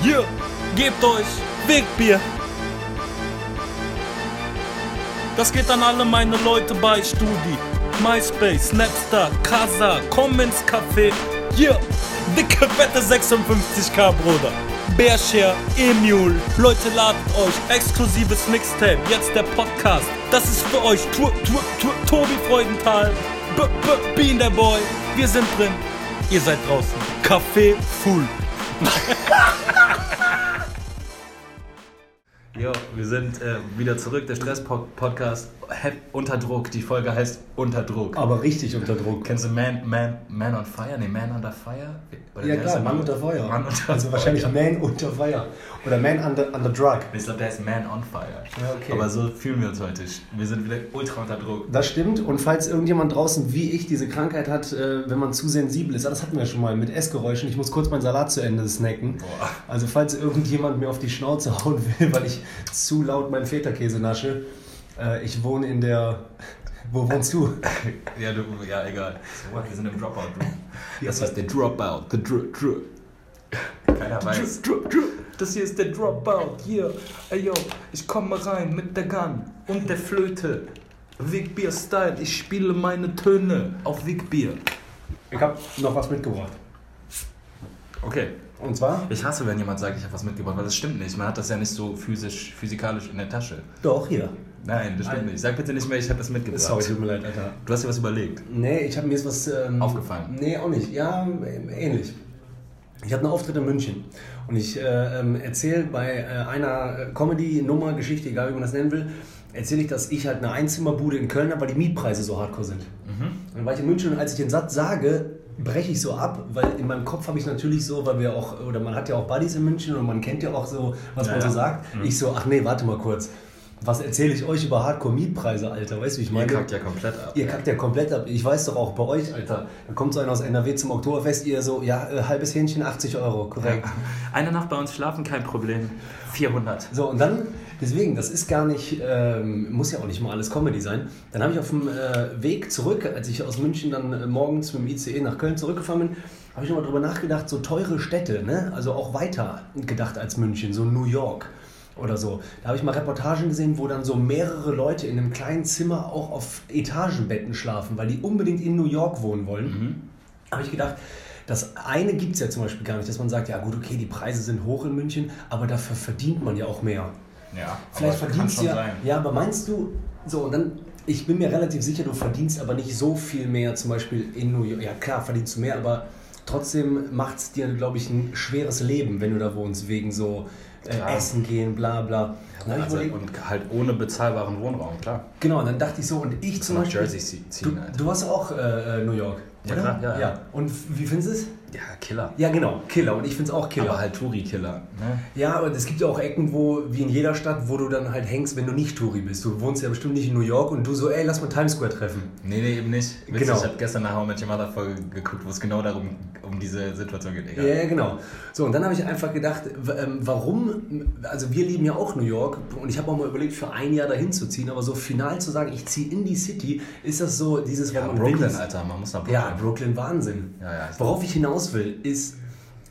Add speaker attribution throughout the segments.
Speaker 1: Hier, gebt euch Wegbier. Das geht an alle meine Leute bei Studi. MySpace, Napster, Casa, komm ins Café. Hier, dicke Wette 56k, Bruder. Bearshare, Emule, Leute ladet euch, exklusives Mixtape, jetzt der Podcast. Das ist für euch tu, tu, tu, Tobi Freudenthal, B, B, Bean der Boy. Wir sind drin, ihr seid draußen. Café Full.
Speaker 2: Jo, wir sind äh, wieder zurück, der Stress-Podcast Hep- unter Druck. Die Folge heißt Unter Druck.
Speaker 3: Aber richtig unter Druck.
Speaker 2: Kennst du Man, Man, Man on Fire? Nee, Man Under Fire? Oder
Speaker 3: Ja
Speaker 2: der heißt
Speaker 3: klar, Mann unter Feuer.
Speaker 2: Mann unter
Speaker 3: also wahrscheinlich
Speaker 2: Feuer.
Speaker 3: Man unter Feuer. Oder Man under, under Drug.
Speaker 2: Ich glaube, der heißt Man on Fire.
Speaker 3: Ja, okay.
Speaker 2: Aber so fühlen wir uns heute. Wir sind wieder ultra unter Druck.
Speaker 3: Das stimmt. Und falls irgendjemand draußen wie ich diese Krankheit hat, äh, wenn man zu sensibel ist, ah, das hatten wir schon mal mit Essgeräuschen, ich muss kurz meinen Salat zu Ende snacken.
Speaker 2: Boah.
Speaker 3: Also falls irgendjemand mir auf die Schnauze hauen will, weil ich zu laut meinen Feta-Käse nasche, äh, ich wohne in der... Wo wohnst du?
Speaker 2: Ja, du, ja, egal. So what? Wir sind im Dropout, Bro. Das heißt der Dropout. The Dro Dro. Keiner weiß.
Speaker 1: Das hier ist der Dropout, hier. Ey yo, ich komme rein mit der Gun und der Flöte. Big Beer Style, ich spiele meine Töne auf Big Beer.
Speaker 3: Ich habe noch was mitgebracht.
Speaker 2: Okay.
Speaker 3: Und zwar?
Speaker 2: Ich hasse, wenn jemand sagt, ich habe was mitgebracht, weil das stimmt nicht. Man hat das ja nicht so physisch, physikalisch in der Tasche.
Speaker 3: Doch, hier.
Speaker 2: Nein, das stimmt
Speaker 3: Nein.
Speaker 2: nicht. Sag bitte nicht mehr, ich habe das mitgebracht.
Speaker 3: Sorry, tut mir leid, Alter.
Speaker 2: Du hast dir was überlegt.
Speaker 3: Nee, ich habe mir ist was. Ähm,
Speaker 2: Aufgefallen.
Speaker 3: Nee, auch nicht. Ja, ähm, ähnlich. Ich hatte einen Auftritt in München und ich äh, ähm, erzähle bei äh, einer Comedy-Nummer, Geschichte, egal wie man das nennen will, erzähle ich, dass ich halt eine Einzimmerbude in Köln habe, weil die Mietpreise so hardcore sind.
Speaker 2: Mhm.
Speaker 3: Dann war ich in München und als ich den Satz sage, breche ich so ab, weil in meinem Kopf habe ich natürlich so, weil wir auch, oder man hat ja auch Buddies in München und man kennt ja auch so, was
Speaker 2: Ja,
Speaker 3: man so
Speaker 2: ja. Mhm.
Speaker 3: sagt. Ich so, ach nee, warte mal kurz. Was erzähle ich euch über Hardcore-Mietpreise, Alter? Weißt du, wie ich
Speaker 2: Ihr
Speaker 3: meine?
Speaker 2: kackt ja komplett ab.
Speaker 3: Ihr kackt ja komplett ab. Ich weiß doch auch bei euch, Alter. Da kommt so einer aus NRW zum Oktoberfest, ihr so, ja, äh, halbes Hähnchen, 80 Euro, korrekt.
Speaker 2: Eine Nacht bei uns schlafen, kein Problem. 400.
Speaker 3: So, und dann, deswegen, das ist gar nicht, ähm, muss ja auch nicht mal alles Comedy sein. Dann habe ich auf dem äh, Weg zurück, als ich aus München dann äh, morgens mit dem ICE nach Köln zurückgefahren bin, habe ich nochmal drüber nachgedacht, so teure Städte, ne? also auch weiter gedacht als München, so New York oder so. Da habe ich mal Reportagen gesehen, wo dann so mehrere Leute in einem kleinen Zimmer auch auf Etagenbetten schlafen, weil die unbedingt in New York wohnen wollen habe ich gedacht, das eine gibt es ja zum Beispiel gar nicht, dass man sagt, ja gut, okay, die Preise sind hoch in München, aber dafür verdient man ja auch mehr.
Speaker 2: Ja,
Speaker 3: Vielleicht verdienst du
Speaker 2: ja.
Speaker 3: ja. Ja, aber meinst du, so und dann, ich bin mir relativ sicher, du verdienst aber nicht so viel mehr, zum Beispiel in New York. Ja klar, verdienst du mehr, aber trotzdem macht es dir, glaube ich, ein schweres Leben, wenn du da wohnst, wegen so
Speaker 2: Klar.
Speaker 3: äh, Essen gehen, bla bla. Dann hab ich
Speaker 2: Also,
Speaker 3: überlegt,
Speaker 2: und halt ohne bezahlbaren Wohnraum, klar.
Speaker 3: genau, und dann dachte ich so, und ich zum
Speaker 2: nach
Speaker 3: Beispiel.
Speaker 2: Jersey zie- ziehen,
Speaker 3: du,
Speaker 2: Alter.
Speaker 3: du warst auch äh, äh, New York.
Speaker 2: Ja,
Speaker 3: oder?
Speaker 2: klar, ja, ja.
Speaker 3: ja. Und wie findest du es?
Speaker 2: Ja, Killer.
Speaker 3: Ja, genau, Killer. Und ich finde es auch Killer.
Speaker 2: Aber halt Touri-Killer. Ne?
Speaker 3: Ja, aber es gibt ja auch Ecken, wo, wie in jeder Stadt, wo du dann halt hängst, wenn du nicht Touri bist. Du wohnst ja bestimmt nicht in New York und du so, ey, lass mal Times Square treffen.
Speaker 2: Nee, nee, eben nicht. Witzig,
Speaker 3: Genau.
Speaker 2: Ich habe gestern nach How I Met Your Mother Folge geguckt, wo es genau darum, um diese Situation geht.
Speaker 3: Ja,
Speaker 2: Egal.
Speaker 3: ja, genau. So, und dann habe ich einfach gedacht, w- ähm, warum, also wir leben ja auch New York und ich habe auch mal überlegt, für ein Jahr dahin zu ziehen, aber so final zu sagen, ich ziehe in die City, ist das so dieses
Speaker 2: Ja,
Speaker 3: wenn man will,
Speaker 2: Brooklyn,
Speaker 3: das-
Speaker 2: Alter, man muss nach Brooklyn.
Speaker 3: Ja, Brooklyn Wahnsinn.
Speaker 2: Ja, ja, ist-
Speaker 3: Worauf ich hinaus will, ist,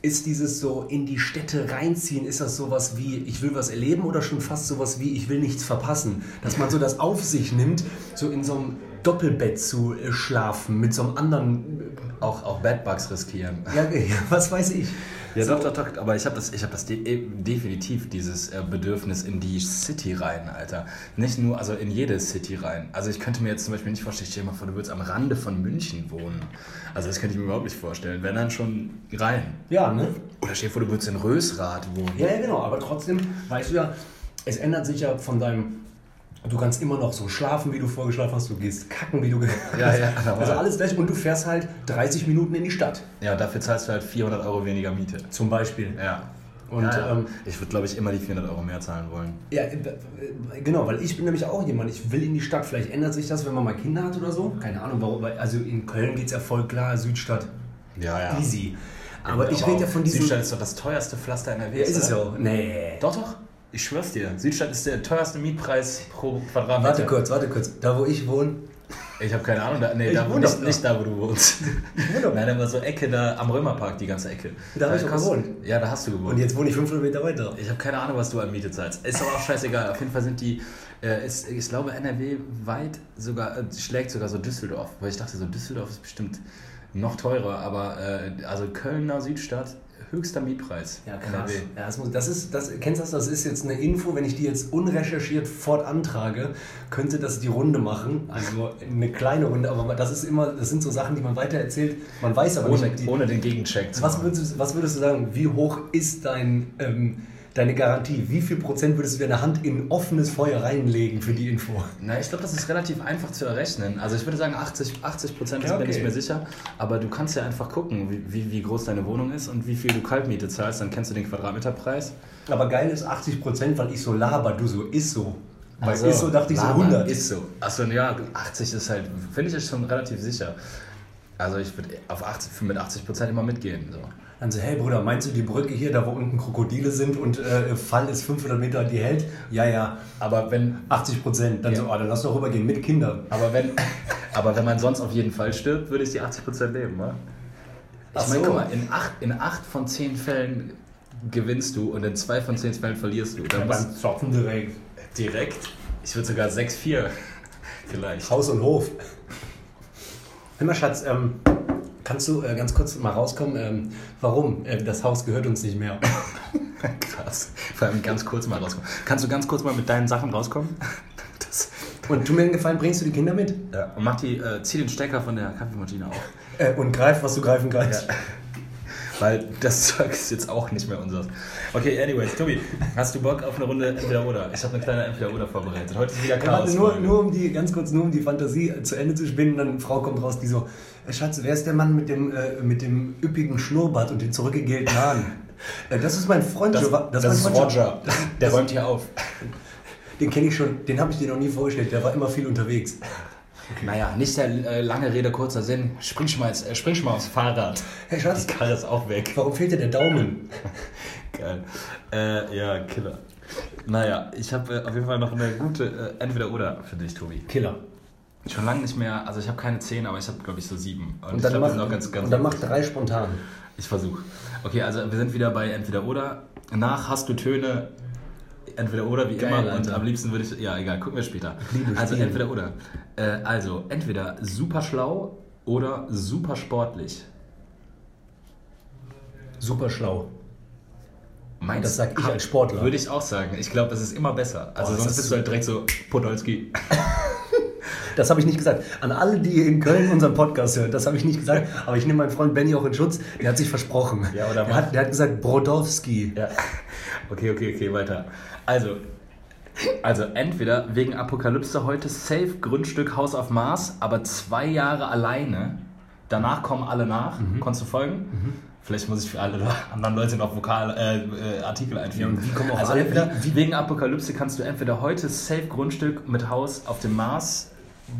Speaker 3: ist dieses so in die Städte reinziehen, ist das sowas wie, ich will was erleben oder schon fast sowas wie, ich will nichts verpassen? Dass man so das auf sich nimmt, so in so einem Doppelbett zu äh, schlafen mit so einem anderen,
Speaker 2: Auch, auch Badbugs riskieren.
Speaker 3: äh, ja, ja, was weiß ich.
Speaker 2: Ja,
Speaker 3: so,
Speaker 2: doch, doch, doch. Aber ich habe das, ich hab das de eh- definitiv, dieses äh, Bedürfnis in die City rein, Alter. Nicht nur, also in jede City rein. Also ich könnte mir jetzt zum Beispiel nicht vorstellen, stell dir mal vor, du würdest am Rande von München wohnen. Also das könnte ich mir überhaupt nicht vorstellen. Wenn dann schon rein.
Speaker 3: Ja, ne?
Speaker 2: Oder stell dir vor, du würdest in Rösrath wohnen.
Speaker 3: Ja, ja, genau, aber trotzdem, weißt du ja, es ändert sich ja von deinem. Du kannst immer noch so schlafen, wie du vorgeschlafen hast, du gehst kacken, wie du. ge-
Speaker 2: Ja, ja, normal.
Speaker 3: also alles gleich und du fährst halt 30 Minuten in die Stadt,
Speaker 2: Ja, dafür zahlst du halt 400 Euro weniger Miete.
Speaker 3: zum Beispiel.
Speaker 2: Ja.
Speaker 3: Und,
Speaker 2: ja, ja.
Speaker 3: ähm,
Speaker 2: ich würde, glaube ich, immer die 400 Euro mehr zahlen wollen.
Speaker 3: Ja, äh, äh, genau, weil ich bin nämlich auch jemand, ich will in die Stadt. Vielleicht ändert sich das, wenn man mal Kinder hat oder so. Keine Ahnung, warum. weil- Also in Köln geht es ja voll klar, Südstadt,
Speaker 2: Ja, ja.
Speaker 3: easy. Aber ich rede ja genau. von diesem.
Speaker 2: Südstadt ist doch das teuerste Pflaster NRW.
Speaker 3: ja, ist es ja auch. Nee.
Speaker 2: Doch, doch. Ich schwör's dir. Südstadt ist der teuerste Mietpreis pro Quadratmeter.
Speaker 3: Warte kurz, warte kurz. Da, wo ich wohne,
Speaker 2: Ich habe keine Ahnung, da, nee,
Speaker 3: Ich
Speaker 2: da,
Speaker 3: wohne
Speaker 2: nicht,
Speaker 3: doch da.
Speaker 2: nicht da, wo du wohnst.
Speaker 3: wohne doch.
Speaker 2: Nein, aber so Ecke da am Römerpark, die ganze Ecke.
Speaker 3: Da hab ich doch
Speaker 2: kostet-
Speaker 3: gewohnt.
Speaker 2: Ja, da hast du gewohnt.
Speaker 3: Und jetzt wohne ich 500 Meter weiter.
Speaker 2: Ich habe keine Ahnung, was du an Miete zahlst. Ist aber auch scheißegal. Auf jeden Fall sind die, äh, ist, ich glaube, NRW weit sogar, äh, schlägt sogar so Düsseldorf. Weil ich dachte, so Düsseldorf ist bestimmt noch teurer, aber äh, also Kölner Südstadt, höchster Mietpreis.
Speaker 3: Ja, krass. Ja, das, muss, das ist, das, kennst du das? Das ist jetzt eine Info, wenn ich die jetzt unrecherchiert fortantrage, könnte das die Runde machen. Also eine kleine Runde, aber das ist immer, das sind so Sachen, die man weitererzählt. Man weiß aber
Speaker 2: Ohne,
Speaker 3: nicht. Die,
Speaker 2: ohne den Gegencheck zu
Speaker 3: was,
Speaker 2: machen.
Speaker 3: würdest du, was würdest du sagen, wie hoch ist dein, ähm, deine Garantie? Wie viel Prozent würdest du deine Hand in offenes Feuer reinlegen für die Info?
Speaker 2: Na, ich glaube, das ist relativ einfach zu errechnen. Also ich würde sagen, 80, 80 Prozent
Speaker 3: Ja,
Speaker 2: bin ich
Speaker 3: okay.
Speaker 2: mir sicher. Aber du kannst ja einfach gucken, wie, wie, wie groß deine Wohnung ist und wie viel du Kaltmiete zahlst. Dann kennst du den Quadratmeterpreis.
Speaker 3: Aber geil ist 80 Prozent, weil ich so laber, du so, ist so. Bei
Speaker 2: Also,
Speaker 3: ist so dachte ich so
Speaker 2: labern,
Speaker 3: 100.
Speaker 2: Ist so. Achso, ja, 80 ist halt, finde ich, ist schon relativ sicher. Also ich würde auf 80, mit 80 Prozent immer mitgehen. So.
Speaker 3: Dann so, hey Bruder, meinst du die Brücke hier, da wo unten Krokodile sind und äh, Fall ist 500 Meter und die hält? Ja, ja,
Speaker 2: Aber wenn,
Speaker 3: 80 Prozent. Dann
Speaker 2: Ja.
Speaker 3: so, ah, dann lass doch rübergehen mit Kindern.
Speaker 2: aber wenn, aber wenn man sonst auf jeden Fall stirbt, würde ich die 80 Prozent nehmen, wa?
Speaker 3: Ach
Speaker 2: Ich meine,
Speaker 3: so.
Speaker 2: guck mal, in 8 in acht von 10 Fällen gewinnst du und in 2 von 10 Fällen verlierst du. Dann bist
Speaker 3: Zopfen direkt.
Speaker 2: du direkt, ich würde sogar 6-4 vielleicht.
Speaker 3: Haus und Hof. Hör mal, Schatz, ähm, kannst du äh, ganz kurz mal rauskommen? Ähm, warum? Äh, das Haus gehört uns nicht mehr.
Speaker 2: Krass. Vor allem ganz kurz mal rauskommen. Kannst du ganz kurz mal mit deinen Sachen rauskommen? Das,
Speaker 3: Und tu mir einen Gefallen, bringst du die Kinder mit?
Speaker 2: Ja, und mach die, äh, zieh den Stecker von der Kaffeemaschine auf.
Speaker 3: Äh, und greif, was du greifen kannst.
Speaker 2: Weil das Zeug ist jetzt auch nicht mehr unseres. Okay, anyways, Tobi, hast du Bock auf eine Runde Entweder-Oder? Ich habe eine kleine Entweder-Oder vorbereitet. Heute ist wieder
Speaker 3: Ja, warte,
Speaker 2: Chaos.
Speaker 3: nur, nur um die, ganz kurz, nur um die Fantasie zu Ende zu spinnen, dann eine Frau kommt raus, die so, "Äh, Schatz, wer ist der Mann mit dem, äh, mit dem üppigen Schnurrbart und den zurückgegelten Haaren? Äh, das ist mein Freund,
Speaker 2: das,
Speaker 3: Giova-
Speaker 2: das,
Speaker 3: mein
Speaker 2: ist
Speaker 3: Freund Gio-
Speaker 2: Roger. Der räumt hier auf.
Speaker 3: Den kenne ich schon, den habe ich dir noch nie vorgestellt, der war immer viel unterwegs.
Speaker 2: Naja, nicht der äh, lange Rede, kurzer Sinn. Spring schon mal, ins- äh, spring schon mal aufs Fahrrad.
Speaker 3: Hey Schatz,
Speaker 2: Die Karre ist auch weg.
Speaker 3: warum fehlt dir der Daumen?
Speaker 2: Geil. Äh, ja, Killer. Naja, ich habe äh, auf jeden Fall noch eine gute äh, Entweder-Oder für dich, Tobi.
Speaker 3: Killer.
Speaker 2: Schon lange nicht mehr, also ich habe keine 10, aber ich habe, glaube ich, so 7.
Speaker 3: Und dann,
Speaker 2: ich
Speaker 3: mach,
Speaker 2: noch ganz, ganz
Speaker 3: und dann mach drei spontan.
Speaker 2: Ich versuche. Okay, also wir sind wieder bei entweder oder. Nach hast du Töne entweder oder wie
Speaker 3: Geil,
Speaker 2: immer und
Speaker 3: Alter.
Speaker 2: am liebsten würde ich ja egal, gucken wir später.
Speaker 3: liebe
Speaker 2: Also
Speaker 3: Spielen.
Speaker 2: entweder oder. Äh, also entweder super schlau oder super sportlich.
Speaker 3: Super schlau.
Speaker 2: Meinst
Speaker 3: Das sag ich als Sportler.
Speaker 2: Würde ich auch sagen. Ich glaube, das ist immer besser. Also
Speaker 3: Boah,
Speaker 2: sonst
Speaker 3: das
Speaker 2: bist
Speaker 3: ist
Speaker 2: du halt direkt so Podolski.
Speaker 3: Das habe ich nicht gesagt. An alle, die in Köln unseren Podcast hören, das habe ich nicht gesagt. Aber ich nehme meinen Freund Benny auch in Schutz. Der hat sich versprochen.
Speaker 2: Ja, oder
Speaker 3: der,
Speaker 2: mach.
Speaker 3: hat, der hat gesagt, Brodowski.
Speaker 2: Ja. Okay, okay, okay, weiter. Also also entweder wegen Apokalypse heute safe Grundstück Haus auf Mars, aber zwei Jahre alleine. Danach kommen alle nach.
Speaker 3: Mhm.
Speaker 2: Konntest du folgen? Vielleicht muss ich für alle anderen Leute noch Vokal, äh, äh, Artikel einfügen.
Speaker 3: Ja, und wie kommen auch
Speaker 2: also
Speaker 3: alle-
Speaker 2: entweder wegen Apokalypse kannst du entweder heute safe Grundstück mit Haus auf dem Mars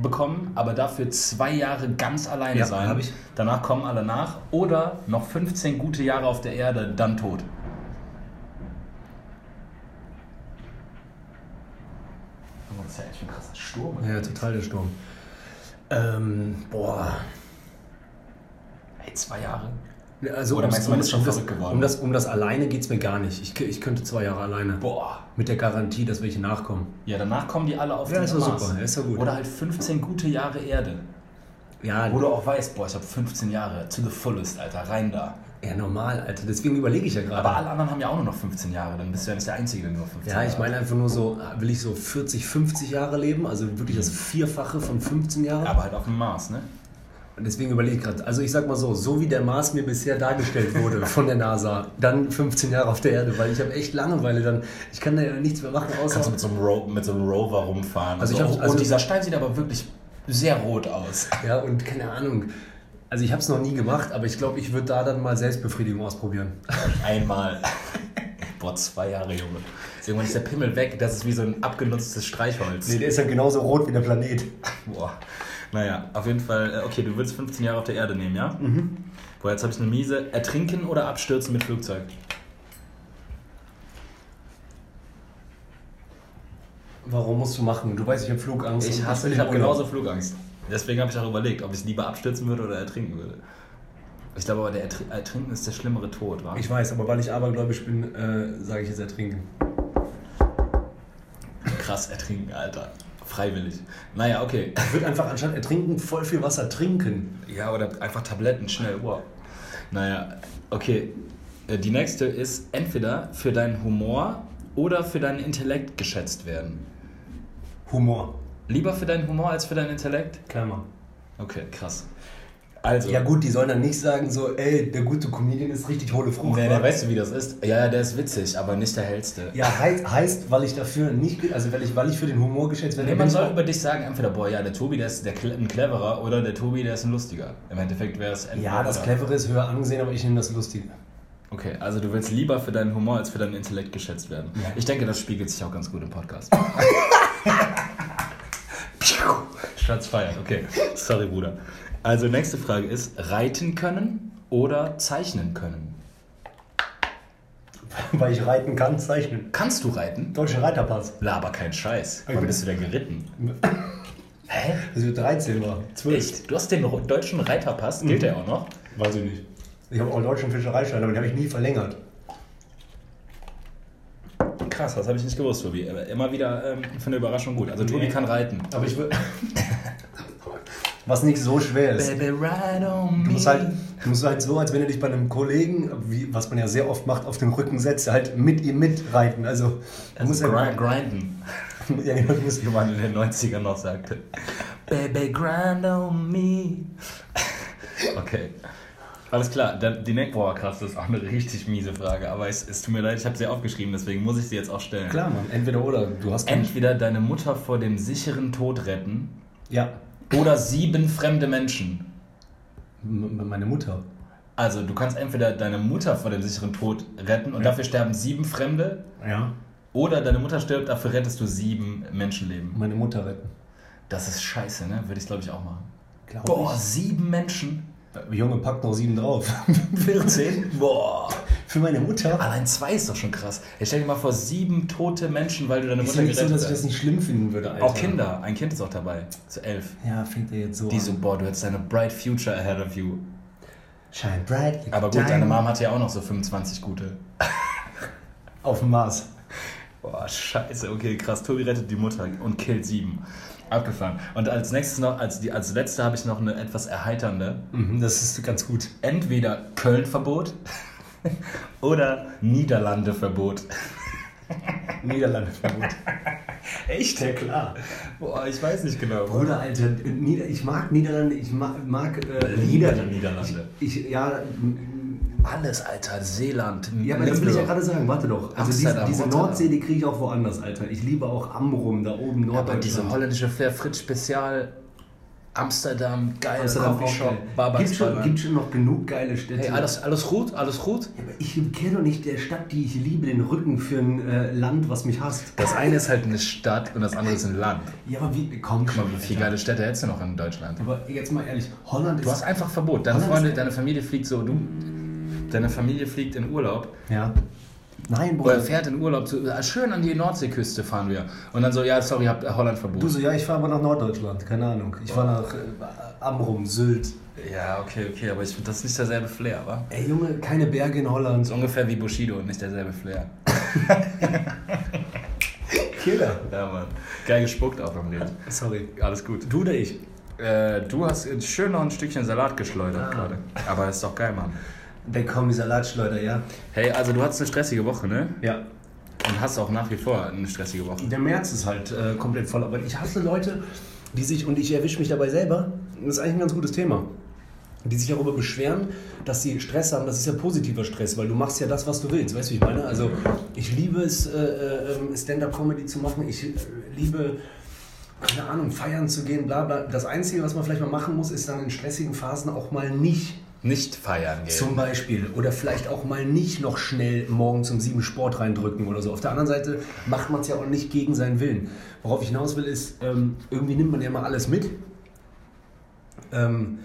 Speaker 2: bekommen, aber dafür zwei Jahre ganz alleine
Speaker 3: Ja,
Speaker 2: sein.
Speaker 3: hab ich.
Speaker 2: Danach kommen alle nach. Oder noch 15 gute Jahre auf der Erde, dann tot. Oh, Das ist ja echt ein krasser Sturm.
Speaker 3: Ja, total der Sturm. Ähm, boah.
Speaker 2: Hey, zwei Jahre.
Speaker 3: Also,
Speaker 2: Oder
Speaker 3: ums-
Speaker 2: meinst du, man ist schon
Speaker 3: um das,
Speaker 2: verrückt geworden?
Speaker 3: Um das, um das alleine geht es mir gar nicht. Ich, k- ich könnte zwei Jahre alleine.
Speaker 2: Boah.
Speaker 3: Mit der Garantie, dass welche nachkommen.
Speaker 2: Ja, danach kommen die alle auf
Speaker 3: Ja,
Speaker 2: den
Speaker 3: ist ja
Speaker 2: Mars.
Speaker 3: super, ist ja gut.
Speaker 2: Oder halt 15 gute Jahre Erde.
Speaker 3: Ja,
Speaker 2: Wo du auch weißt, boah, ich habe 15 Jahre to the fullest, Alter, rein da.
Speaker 3: ja normal, Alter. Deswegen überlege ich ja gerade.
Speaker 2: Aber alle anderen haben ja auch nur noch 15 Jahre, dann bist du ja nicht der Einzige, der nur 15
Speaker 3: Ja,
Speaker 2: Jahre
Speaker 3: ich meine einfach nur so, will ich so 40, 50 Jahre leben, also wirklich
Speaker 2: Mhm.
Speaker 3: das Vierfache von 15 Jahren.
Speaker 2: hat. Aber halt auf dem Mars, ne?
Speaker 3: Und deswegen überlege ich gerade, also ich sag mal so, so wie der Mars mir bisher dargestellt wurde von der NASA, dann 15 Jahre auf der Erde, weil ich habe echt Langeweile dann, ich kann da ja nichts mehr machen, außer...
Speaker 2: Kannst du mit so einem, Ro mit so einem Rover rumfahren. Also
Speaker 3: Also ich
Speaker 2: so.
Speaker 3: hab-
Speaker 2: oh,
Speaker 3: also-
Speaker 2: und dieser Stein sieht aber wirklich sehr rot aus.
Speaker 3: Ja, und keine Ahnung. Also ich habe es noch nie gemacht, aber ich glaube, ich würde da dann mal Selbstbefriedigung ausprobieren.
Speaker 2: Einmal. Boah, zwei Jahre, Junge. Irgendwann ist der Pimmel weg, das ist wie so ein abgenutztes Streichholz.
Speaker 3: der ist dann genauso rot wie der Planet.
Speaker 2: Boah. Naja, auf jeden Fall, äh, okay, du willst 15 Jahre auf der Erde nehmen, ja? Mhm. Boah, jetzt habe ich eine miese. Ertrinken oder abstürzen mit Flugzeug?
Speaker 3: Warum musst du machen? Du weißt, ich habe Flugangst. und
Speaker 2: Ich hasse,
Speaker 3: will
Speaker 2: ich
Speaker 3: in
Speaker 2: habe
Speaker 3: Urlaub.
Speaker 2: genauso Flugangst. Deswegen habe ich auch überlegt, ob ich lieber abstürzen würde oder ertrinken würde. Ich glaube aber, der Ertr- Ertrinken ist der schlimmere Tod, war?
Speaker 3: Ich weiß, aber weil ich abergläubisch bin, äh, sage ich jetzt ertrinken.
Speaker 2: krass ertrinken, Alter. Freiwillig. Naja, okay.
Speaker 3: Ich würde einfach anstatt ertrinken voll viel Wasser trinken.
Speaker 2: Ja, oder einfach Tabletten, schnell. Wow. Naja, okay. Äh, Die nächste ist entweder für deinen Humor oder für deinen Intellekt geschätzt werden.
Speaker 3: Humor.
Speaker 2: Lieber für deinen Humor als für deinen Intellekt?
Speaker 3: Klammer.
Speaker 2: Okay, krass. Also,
Speaker 3: Ja gut, die sollen dann nicht sagen so, ey, der gute Comedian ist richtig hohle Frucht.
Speaker 2: nee,
Speaker 3: wa?
Speaker 2: der weißt du, wie das ist? Ja, ja, der ist witzig, aber nicht der hellste.
Speaker 3: ja, heißt, heißt, weil ich dafür nicht, ge- also weil ich, weil ich für den Humor geschätzt werde.
Speaker 2: Nee,
Speaker 3: bin
Speaker 2: man
Speaker 3: ich
Speaker 2: soll
Speaker 3: auch-
Speaker 2: über dich sagen, entweder, boah, ja, der Tobi, der ist der, Cle- ein Cleverer oder der Tobi, der ist ein Lustiger. Im Endeffekt wäre es entweder
Speaker 3: ja, das
Speaker 2: oder.
Speaker 3: Clevere ist höher angesehen, aber ich nehme das Lustige.
Speaker 2: Okay, also du willst lieber für deinen Humor als für deinen Intellekt geschätzt werden. Ich denke, das spiegelt sich auch ganz gut im Podcast. Schatz feiern, okay. Sorry, Bruder. Also nächste Frage ist, reiten können oder zeichnen können?
Speaker 3: Weil ich reiten kann, zeichnen.
Speaker 2: Kannst du reiten?
Speaker 3: Deutscher Reiterpass.
Speaker 2: Laber kein Scheiß. Wann
Speaker 3: Okay.
Speaker 2: bist du denn geritten? Hä?
Speaker 3: Das wird 13 war. 12.
Speaker 2: Echt? Du hast den ro- deutschen Reiterpass, gilt der auch noch?
Speaker 3: Weiß ich nicht. Ich habe auch einen deutschen Fischereischein, aber den habe ich nie verlängert.
Speaker 2: Krass, das habe ich nicht gewusst, Tobi. Aber Immer wieder ähm, für eine Überraschung gut. Also Tobi
Speaker 3: Nee.
Speaker 2: kann reiten.
Speaker 3: Aber ich will. Was nicht so schwer ist.
Speaker 2: Baby, ride on me.
Speaker 3: Du musst, halt, du musst halt so, als wenn du dich bei einem Kollegen, wie, was man ja sehr oft macht, auf den Rücken setzt, halt mit ihm mitreiten. Also, du musst
Speaker 2: Also
Speaker 3: ja,
Speaker 2: grind, grinden,
Speaker 3: ja, genau, du musst,
Speaker 2: wie man in den 90ern noch sagte. Baby, grind on me. Okay. Alles klar, dann die Neck, boah, krass, das ist auch eine richtig miese Frage, aber es, es tut mir leid, ich habe sie aufgeschrieben, deswegen muss ich sie jetzt auch stellen.
Speaker 3: Klar, Mann, entweder oder. Du hast
Speaker 2: Entweder deine Mutter vor dem sicheren Tod retten
Speaker 3: Ja,
Speaker 2: oder sieben fremde Menschen.
Speaker 3: m- m- meine Mutter.
Speaker 2: Also, du kannst entweder deine Mutter vor dem sicheren Tod retten und dafür sterben sieben Fremde
Speaker 3: Ja.
Speaker 2: Oder deine Mutter stirbt, dafür rettest du sieben Menschenleben.
Speaker 3: Meine Mutter retten.
Speaker 2: Das ist scheiße, ne? Würde ich, glaube ich, auch machen.
Speaker 3: Glaub
Speaker 2: Boah, sieben Menschen?
Speaker 3: ich. Junge, pack noch sieben drauf.
Speaker 2: 14? Boah.
Speaker 3: Für meine Mutter.
Speaker 2: Allein zwei ist doch schon krass. Ich stell dir mal vor, sieben tote Menschen, weil du deine
Speaker 3: Ich
Speaker 2: Mutter
Speaker 3: sehe nicht so,
Speaker 2: gerettet
Speaker 3: dass ich das
Speaker 2: hast.
Speaker 3: nicht schlimm finden würde, Alter.
Speaker 2: Auch Kinder. Ein Kind ist auch dabei. Zu elf.
Speaker 3: Ja, fängt er jetzt so
Speaker 2: Die so, boah, du hättest eine bright future ahead of you.
Speaker 3: an. Shine bright. like
Speaker 2: Aber gut,
Speaker 3: a
Speaker 2: deine
Speaker 3: diamond.
Speaker 2: Mom hat ja auch noch so 25 gute.
Speaker 3: Auf dem Mars.
Speaker 2: Boah, scheiße, okay, krass. Tobi rettet die Mutter und killt sieben. Abgefahren. Und als nächstes noch, als, die, als letzte habe ich noch eine etwas erheiternde.
Speaker 3: Mhm, das ist ganz gut.
Speaker 2: entweder Köln-Verbot oder Niederlande-Verbot.
Speaker 3: Niederlande, gut.
Speaker 2: Echt?
Speaker 3: Ja, klar.
Speaker 2: Boah, ich weiß nicht genau.
Speaker 3: Bruder, Alter, Nieder ich mag Niederlande, ich mag, mag äh,
Speaker 2: Liebe der Niederlande.
Speaker 3: Ich, ich, ja, m-
Speaker 2: Alles, Alter. Seeland.
Speaker 3: ja, aber das will ich ja gerade sagen, warte doch. Also diese,
Speaker 2: Amsterdam,
Speaker 3: diese
Speaker 2: Rotterdam.
Speaker 3: Nordsee, die kriege ich auch woanders, Alter. Ich liebe auch Amrum, da oben
Speaker 2: Aber
Speaker 3: Norddeutschland.
Speaker 2: diese holländische Flair, Fritz Spezial, Amsterdam, geil,
Speaker 3: Amsterdam auch
Speaker 2: Coffeeshop,
Speaker 3: geil. Gibt schon,
Speaker 2: Barbaxballer.
Speaker 3: gibt schon noch genug geile Städte.
Speaker 2: Hey, alles, alles gut, alles gut.
Speaker 3: Ja, aber ich kenne doch nicht der Stadt, die ich liebe, den Rücken für ein äh, Land, was mich hasst.
Speaker 2: Das eine ist halt eine Stadt und das andere ist ein Land.
Speaker 3: Ja, aber wie, komm
Speaker 2: Guck
Speaker 3: schon.
Speaker 2: mal, wie viele geile Städte hättest du noch in Deutschland?
Speaker 3: Aber jetzt mal ehrlich, Holland
Speaker 2: Du hast
Speaker 3: ist...
Speaker 2: einfach Verbot. Deine
Speaker 3: Holland ist
Speaker 2: Freunde,
Speaker 3: geil.
Speaker 2: deine Familie fliegt so, du. Deine Familie fliegt in Urlaub
Speaker 3: Ja. Nein,
Speaker 2: Oder
Speaker 3: Bruder.
Speaker 2: fährt in Urlaub zu, ah, schön an die Nordseeküste fahren wir. Und dann so, ja, sorry, habt Holland
Speaker 3: Du
Speaker 2: verboten.
Speaker 3: so, ja, ich fahre aber nach Norddeutschland, keine Ahnung. Ich war nach äh, Amrum, Sylt.
Speaker 2: Ja, okay, okay, aber ich finde, das ist nicht derselbe Flair, wa?
Speaker 3: Ey Junge, keine Berge in Holland.
Speaker 2: Ist ungefähr wie Bushido und nicht derselbe Flair.
Speaker 3: Killer.
Speaker 2: Ja, Mann. Geil gespuckt auch beim Reden.
Speaker 3: Sorry.
Speaker 2: Alles gut.
Speaker 3: Du oder ich?
Speaker 2: Äh, du hast jetzt schön noch ein Stückchen Salat geschleudert gerade. Aber ist doch geil, Mann.
Speaker 3: Der kommen die Salatschleuder, ja?
Speaker 2: Hey, also du hattest eine stressige Woche, ne?
Speaker 3: Ja.
Speaker 2: Und hast auch nach wie vor eine stressige Woche.
Speaker 3: Der März ist halt äh, komplett voll. Aber ich hasse Leute, die sich, und ich erwische mich dabei selber, das ist eigentlich ein ganz gutes Thema, die sich darüber beschweren, dass sie Stress haben. Das ist ja positiver Stress, weil du machst ja das, was du willst. Weißt du, wie ich meine? Also ich liebe es, äh, äh, ähm, Stand-up-Comedy zu machen. Ich äh, liebe... keine Ahnung, feiern zu gehen, bla bla. Das Einzige, was man vielleicht mal machen muss, ist dann in stressigen Phasen auch mal nicht
Speaker 2: Nicht feiern gehen.
Speaker 3: zum Beispiel. Oder vielleicht auch mal nicht noch schnell morgens um sieben Sport reindrücken oder so. Auf der anderen Seite macht man es ja auch nicht gegen seinen Willen. Worauf ich hinaus will, ist, ähm, irgendwie nimmt man ja mal alles mit. Ähm,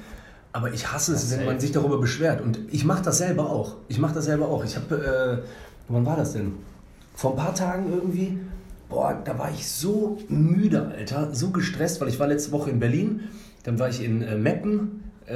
Speaker 3: aber ich hasse es, wenn man sich darüber beschwert. Und ich mache das selber auch. Ich mache das selber auch. Ich habe, äh, wann war das denn? Vor ein paar Tagen irgendwie. Boah, da war ich so müde, Alter, so gestresst, weil ich war letzte Woche in Berlin. Da Dann war ich in äh, Meppen. Äh,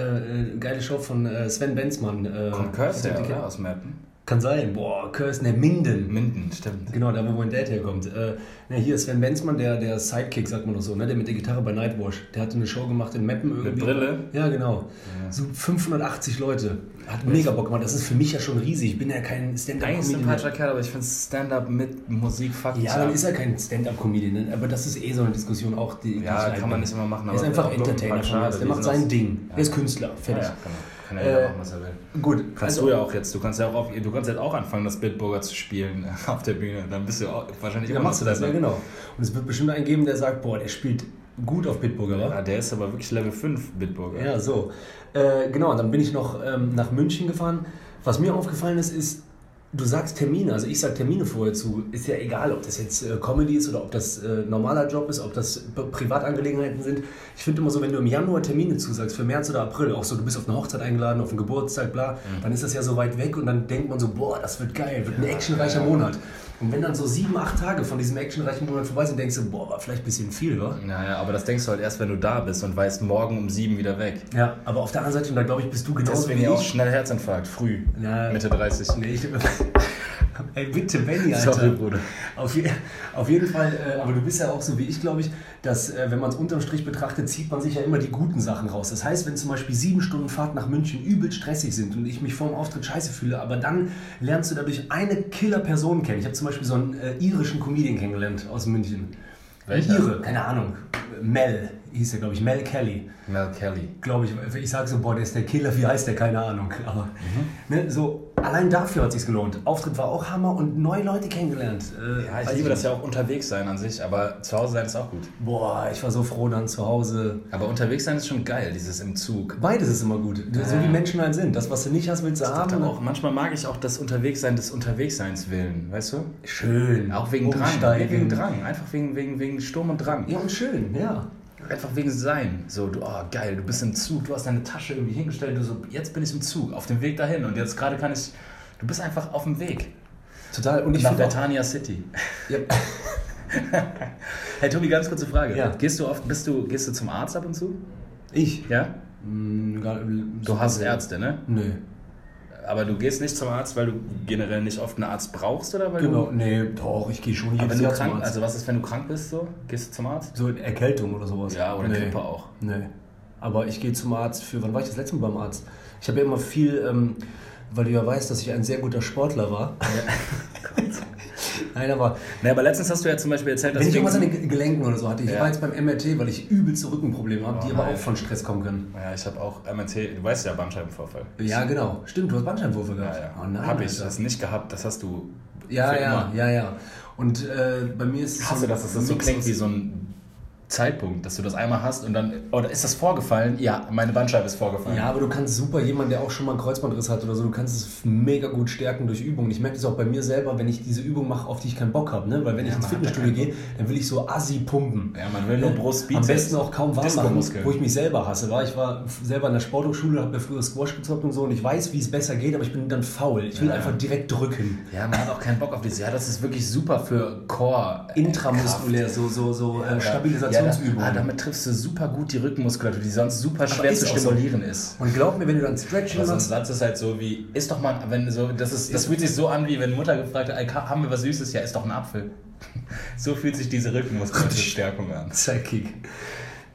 Speaker 3: äh, geile Show von äh, Sven Benzmann. Äh,
Speaker 2: Kommt Curse
Speaker 3: ich
Speaker 2: her,
Speaker 3: glaub, die-
Speaker 2: oder? Aus Merten?
Speaker 3: Kann sein. Boah, Curse, ne, Minden.
Speaker 2: Minden, stimmt.
Speaker 3: Genau, da wo mein Dad herkommt. Äh, na, hier ist Sven Benzmann, der, der Sidekick, sagt man doch so, ne? der mit der Gitarre bei Nightwash. Der hatte eine Show gemacht in Meppen irgendwie.
Speaker 2: Brille?
Speaker 3: Ja, genau. So 580 Leute. Hat mega Bock gemacht. Das ist für mich ja schon riesig. Ich bin ja kein
Speaker 2: Eigentlich ist ein
Speaker 3: Stand-Up-Comedian.
Speaker 2: sympathischer Kerl, aber ich finde Stand-Up mit Musik fucking
Speaker 3: Ja, dann ist er kein Stand-Up-Comedian, ne? aber das ist eh so eine Diskussion auch. Die, die
Speaker 2: Ja, kann
Speaker 3: ich leiden
Speaker 2: man
Speaker 3: kann.
Speaker 2: nicht immer machen,
Speaker 3: Er ist
Speaker 2: aber
Speaker 3: einfach
Speaker 2: wir haben
Speaker 3: Entertainer
Speaker 2: Glockenpark,
Speaker 3: von uns.
Speaker 2: schade,
Speaker 3: Der
Speaker 2: die
Speaker 3: macht
Speaker 2: sind
Speaker 3: sein
Speaker 2: auch-
Speaker 3: Ding.
Speaker 2: Ja.
Speaker 3: Er ist Künstler,
Speaker 2: ja,
Speaker 3: fertig.
Speaker 2: ja, genau. Kann ja jeder
Speaker 3: Äh,
Speaker 2: machen, was er will.
Speaker 3: Gut,
Speaker 2: Kannst
Speaker 3: also-
Speaker 2: du ja auch jetzt. Du kannst ja auch auf, du kannst jetzt auch anfangen, das Bitburger zu spielen auf der Bühne. Dann bist du ne? auch, wahrscheinlich
Speaker 3: Ja,
Speaker 2: immer
Speaker 3: machst du
Speaker 2: noch
Speaker 3: das, ja
Speaker 2: besser.
Speaker 3: genau. Und es wird bestimmt einen geben, der sagt, boah, der spielt gut auf Bitburger, wa?
Speaker 2: Ja, der ist aber wirklich Level 5 Bitburger.
Speaker 3: genau. Ja, so. Äh, genau, und dann bin ich noch ähm, nach München gefahren. Was mir aufgefallen ist, ist, du sagst Termine, also ich sag Termine vorher zu. Ist ja egal, ob das jetzt äh, Comedy ist oder ob das äh, normaler Job ist, ob das P- Privatangelegenheiten sind. Ich finde immer so, wenn du im Januar Termine zusagst, für März oder April, auch so, du bist auf eine Hochzeit eingeladen, auf einen Geburtstag, bla,
Speaker 2: Mhm.
Speaker 3: dann ist das ja so weit weg und dann denkt man so, boah, das wird geil, wird ein actionreicher Monat. Und wenn dann so sieben, acht Tage von diesem actionreichen Monat vorbei sind, denkst du, boah, war vielleicht ein bisschen viel, wa?
Speaker 2: Naja, aber das denkst du halt erst, wenn du da bist und weißt, morgen um 7 wieder weg.
Speaker 3: Ja, aber auf der anderen Seite, und da glaube ich, bist du genauso
Speaker 2: Deswegen
Speaker 3: Genau, wie
Speaker 2: ja auch
Speaker 3: ich.
Speaker 2: schnell Herzinfarkt, früh.
Speaker 3: Ja.
Speaker 2: Mitte 30.
Speaker 3: Nee, ich, ey, bitte, Benny, Alter.
Speaker 2: Sorry, Bruder.
Speaker 3: Auf, je, auf jeden Fall, äh, aber du bist ja auch so wie ich, glaube ich, dass, äh, wenn man es unterm Strich betrachtet, zieht man sich ja immer die guten Sachen raus. Das heißt, wenn zum Beispiel sieben Stunden Fahrt nach München übel stressig sind und ich mich vorm Auftritt scheiße fühle, aber dann lernst du dadurch eine Killer-Person kennen. Ich habe zum Beispiel so einen äh, irischen Comedian kennengelernt aus München. Äh,
Speaker 2: Welcher?
Speaker 3: Ire, keine Ahnung. Mel hieß er, glaube ich. Mel Kelly
Speaker 2: Mel Kelly.
Speaker 3: glaube ich, ich sage so, boah, der ist der Killer, wie heißt der, keine Ahnung. Aber
Speaker 2: Mhm.
Speaker 3: ne, so, allein dafür hat sich's gelohnt. Auftritt war auch Hammer und neue Leute kennengelernt. Äh,
Speaker 2: Ja, Also ich
Speaker 3: weiß
Speaker 2: liebe das
Speaker 3: nicht.
Speaker 2: ja auch unterwegs sein an sich, aber zu Hause sein ist auch gut.
Speaker 3: Boah, ich war so froh dann zu Hause.
Speaker 2: Aber unterwegs sein ist schon geil, dieses im Zug.
Speaker 3: Beides ist immer gut. So wie Menschen halt sind. Das, was du nicht hast, willst du haben.
Speaker 2: Aber auch, manchmal mag ich auch das Unterwegssein des Unterwegsseins willen, weißt du?
Speaker 3: Schön.
Speaker 2: Auch wegen Drang.
Speaker 3: Umsteigen.
Speaker 2: Nee, wegen Drang. Einfach wegen, wegen, wegen Sturm und Drang.
Speaker 3: Ja, und schön, ja.
Speaker 2: Einfach wegen Sein. So, du, oh geil, du bist im Zug, du hast deine Tasche irgendwie hingestellt, du so, jetzt bin ich im Zug, auf dem Weg dahin und jetzt gerade kann ich. Du bist einfach auf dem Weg.
Speaker 3: Total. Und ich
Speaker 2: nach
Speaker 3: finde auch...
Speaker 2: Catania City.
Speaker 3: Ja,
Speaker 2: Hey Tobi, ganz kurze Frage.
Speaker 3: Ja.
Speaker 2: Gehst du oft, bist du, gehst du zum Arzt ab und zu?
Speaker 3: ich?
Speaker 2: Ja?
Speaker 3: Hm, gar-
Speaker 2: Du hast Ärzte, ne?
Speaker 3: Nö.
Speaker 2: Aber du gehst nicht zum Arzt, weil du generell nicht oft einen Arzt brauchst oder weil
Speaker 3: Genau, nee, doch, ich gehe schon
Speaker 2: du. Aber
Speaker 3: jedes
Speaker 2: wenn du
Speaker 3: Jahr zum
Speaker 2: krank,
Speaker 3: Arzt.
Speaker 2: also was ist, wenn du krank bist, so? Gehst du zum Arzt?
Speaker 3: So Erkältung oder sowas.
Speaker 2: Ja, oder Grippe auch.
Speaker 3: Nee. Aber ich gehe zum Arzt für, wann war ich das letzte Mal beim Arzt? Ich habe ja immer viel, ähm, weil du ja weißt, dass ich ein sehr guter Sportler war. Nein, aber
Speaker 2: Ne, aber letztens hast du ja zum Beispiel erzählt, dass
Speaker 3: wenn ich
Speaker 2: du-
Speaker 3: irgendwas an den Ge- Gelenken oder so hatte, ich
Speaker 2: Ja. Oh
Speaker 3: war jetzt beim MRT, weil ich übelste Rückenprobleme habe, die aber
Speaker 2: nein.
Speaker 3: auch von Stress kommen können.
Speaker 2: Ja, ich habe auch MRT, du weißt ja, Bandscheibenvorfall.
Speaker 3: Ja, genau. Stimmt, du hast Bandscheibenwürfe gehabt.
Speaker 2: Ja, ja.
Speaker 3: Oh nein,
Speaker 2: hab ich,
Speaker 3: Alter.
Speaker 2: das nicht gehabt, das hast du.
Speaker 3: Ja,
Speaker 2: für
Speaker 3: ja,
Speaker 2: immer.
Speaker 3: ja, ja. Und äh, bei mir ist es
Speaker 2: Hast du das, dass das so klingt wie so ein Zeitpunkt, dass du das einmal hast und dann. Oder ist das vorgefallen? Ja, meine Bandscheibe ist vorgefallen.
Speaker 3: Ja, aber du kannst super jemand, der auch schon mal einen Kreuzbandriss hat oder so, du kannst es mega gut stärken durch Übungen. Ich merke das auch bei mir selber, wenn ich diese Übung mache, auf die ich keinen Bock habe, ne? Weil wenn ich ins
Speaker 2: man hat da
Speaker 3: Fitnessstudio gehe, dann will ich so assi pumpen. Ne?
Speaker 2: Ja, man will nur Brust,
Speaker 3: Am
Speaker 2: Bizeps,
Speaker 3: besten auch kaum warm machen,
Speaker 2: Disco-Muskeln.
Speaker 3: wo ich mich selber hasse. War. Ich war f- selber in der Sporthochschule, habe mir früher Squash gezockt und so und ich weiß, wie es besser geht, aber ich bin dann faul. Ich will einfach direkt drücken.
Speaker 2: Ja, man hat auch keinen Bock auf dieses. Ja, das ist wirklich super für Core. äh,
Speaker 3: Intramuskulär, so, so, so äh,
Speaker 2: Kraft. Ja,
Speaker 3: Stabilisationsübungen.
Speaker 2: da, ah, damit triffst du super gut die Rückenmuskulatur, die sonst super schwer zu
Speaker 3: ist auch so.
Speaker 2: stimulieren ist.
Speaker 3: und glaub mir, wenn du dann Stretching
Speaker 2: Aber so ein
Speaker 3: machst,
Speaker 2: Satz ist halt so wie, ist doch mal, wenn so, das ist, das fühlt sich so an, wie wenn Mutter gefragt hat, "Ey, ka- haben wir was Süßes? Ja, ist doch ein Apfel. So fühlt sich diese Rückenmuskulaturstärkung an.
Speaker 3: Sidekick.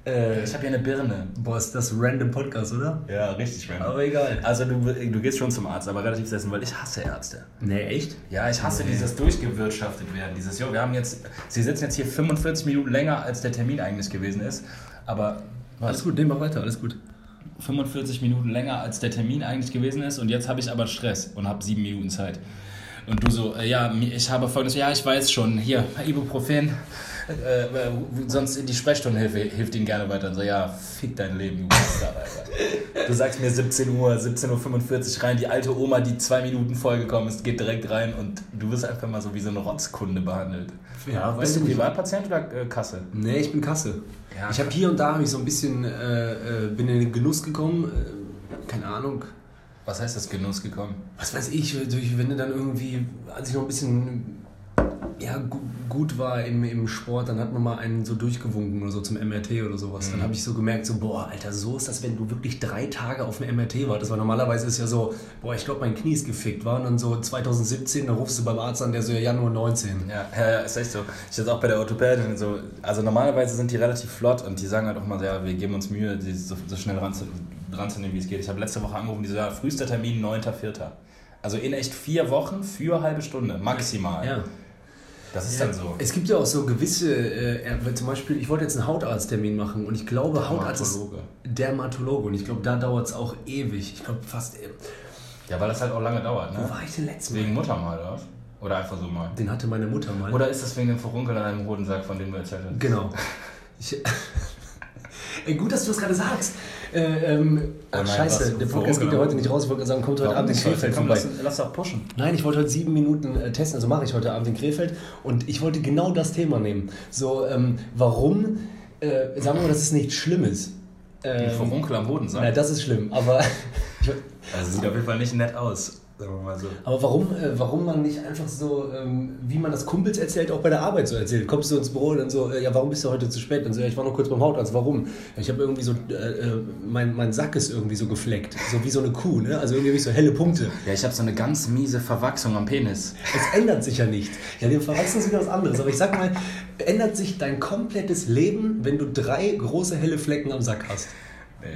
Speaker 3: Äh,
Speaker 2: Ich habe hier eine Birne.
Speaker 3: boah, ist das random Podcast, oder?
Speaker 2: Ja, richtig random.
Speaker 3: Aber egal.
Speaker 2: Also du, du gehst schon zum Arzt, aber relativ selten, weil ich hasse Ärzte.
Speaker 3: Nee, echt?
Speaker 2: Ja, ich hasse dieses durchgewirtschaftet werden. Dieses, jo, wir haben jetzt, sie sitzen jetzt hier 45 Minuten länger, als der Termin eigentlich gewesen ist. Aber
Speaker 3: Alles gut, nehmen wir weiter, alles gut.
Speaker 2: 45 Minuten länger, als der Termin eigentlich gewesen ist. Und jetzt habe ich aber Stress und habe sieben Minuten Zeit. Und du so, äh, ja, mi- ich habe folgendes, ja, ich weiß schon, hier, Ibuprofen, äh, äh, sonst die Sprechstundenhilfe hilft ihnen gerne weiter. Und so, ja, fick dein Leben, du Bastard, Alter. Du sagst mir 17 Uhr, 17.45 Uhr rein, die alte Oma, die zwei Minuten vorgekommen ist, geht direkt rein und du wirst einfach mal so wie so eine Rotzkunde behandelt.
Speaker 3: Ja,
Speaker 2: Bist
Speaker 3: weißt
Speaker 2: du
Speaker 3: du nicht.
Speaker 2: Privatpatient oder äh, Kasse?
Speaker 3: Nee, ich bin Kasse.
Speaker 2: Ja.
Speaker 3: ich habe hier und da habe ich so ein bisschen, äh, äh, bin in den Genuss gekommen, äh, keine Ahnung.
Speaker 2: Was heißt das, Genuss gekommen?
Speaker 3: Was weiß ich, durch, wenn du dann irgendwie, als ich noch ein bisschen ja, gu- gut war im, im Sport, dann hat man mal einen so durchgewunken oder so zum MRT oder sowas. Dann habe ich so gemerkt, so, boah, Alter, so ist das, wenn du wirklich drei Tage auf dem MRT wartest. Weil normalerweise ist ja so, boah, ich glaube, mein Knie ist gefickt, war. Und dann so 2017, da rufst du beim Arzt an, der so, ja, Januar 19.
Speaker 2: Ja, ja, ja, ist echt so. Ich jetzt auch bei der Orthopädin so. Also normalerweise sind die relativ flott und die sagen halt auch mal, ja, wir geben uns Mühe, die so, so schnell ranzu- ranzunehmen, wie es geht. Ich habe letzte Woche angerufen, die so, ja, frühester Termin 9.4. Also in echt vier Wochen für eine halbe Stunde, maximal. Das ist dann so.
Speaker 3: Es gibt ja auch so gewisse, äh, er- weil zum Beispiel, ich wollte jetzt einen Hautarzttermin machen und ich glaube, Hautarzt ist
Speaker 2: Dermatologe.
Speaker 3: Dermatologe und ich glaube, da dauert es auch ewig. Ich glaube, fast. Äh,
Speaker 2: Ja, weil das halt auch lange dauert,
Speaker 3: wo
Speaker 2: ne?
Speaker 3: war ich denn letztes Mal?
Speaker 2: Wegen Mutter mal, oder? was? Oder einfach so mal.
Speaker 3: Den hatte meine Mutter mal.
Speaker 2: Oder ist das wegen dem Furunkel an deinem Hodensack, von dem du erzählt hast?
Speaker 3: Genau. Ich, Ey, gut, dass du das gerade sagst. Äh, ähm,
Speaker 2: Oh
Speaker 3: ach,
Speaker 2: nein,
Speaker 3: scheiße,
Speaker 2: was?
Speaker 3: der Podcast geht ja heute nicht raus. Ich wollte gerade sagen, kommt heute
Speaker 2: Warum
Speaker 3: Abend in
Speaker 2: nicht?
Speaker 3: Krefeld
Speaker 2: Komm,
Speaker 3: vorbei.
Speaker 2: lass, lass doch pushen.
Speaker 3: Nein, ich wollte heute sieben Minuten äh, testen, also mache ich heute Abend in Krefeld. Und ich wollte genau das Thema nehmen. So, ähm, warum, äh, sagen wir mal, das ist nichts Schlimmes.
Speaker 2: Ein
Speaker 3: Ähm,
Speaker 2: Furunkel am Hodensack.
Speaker 3: na, das ist schlimm, aber,
Speaker 2: Also sieht auf jeden Fall nicht nett aus, sagen wir mal so.
Speaker 3: aber warum, äh, warum man nicht einfach so, ähm, wie man das Kumpels erzählt, auch bei der Arbeit so erzählt? Kommst du ins Büro und dann so, äh, ja, warum bist du heute zu spät? Dann so, ja, ich war noch kurz beim Hautarzt, warum? Ja, Ich habe irgendwie so, äh, äh, mein, mein Sack ist irgendwie so gefleckt, so wie so eine Kuh, ne? Also irgendwie habe ich so helle Punkte.
Speaker 2: Ja, ich habe so eine ganz miese Verwachsung am Penis.
Speaker 3: Es ändert sich ja nicht. Ja, die Verwachsung ist wieder was anderes. Aber ich sag mal, ändert sich dein komplettes Leben, wenn du drei große helle Flecken am Sack hast?
Speaker 2: Nee,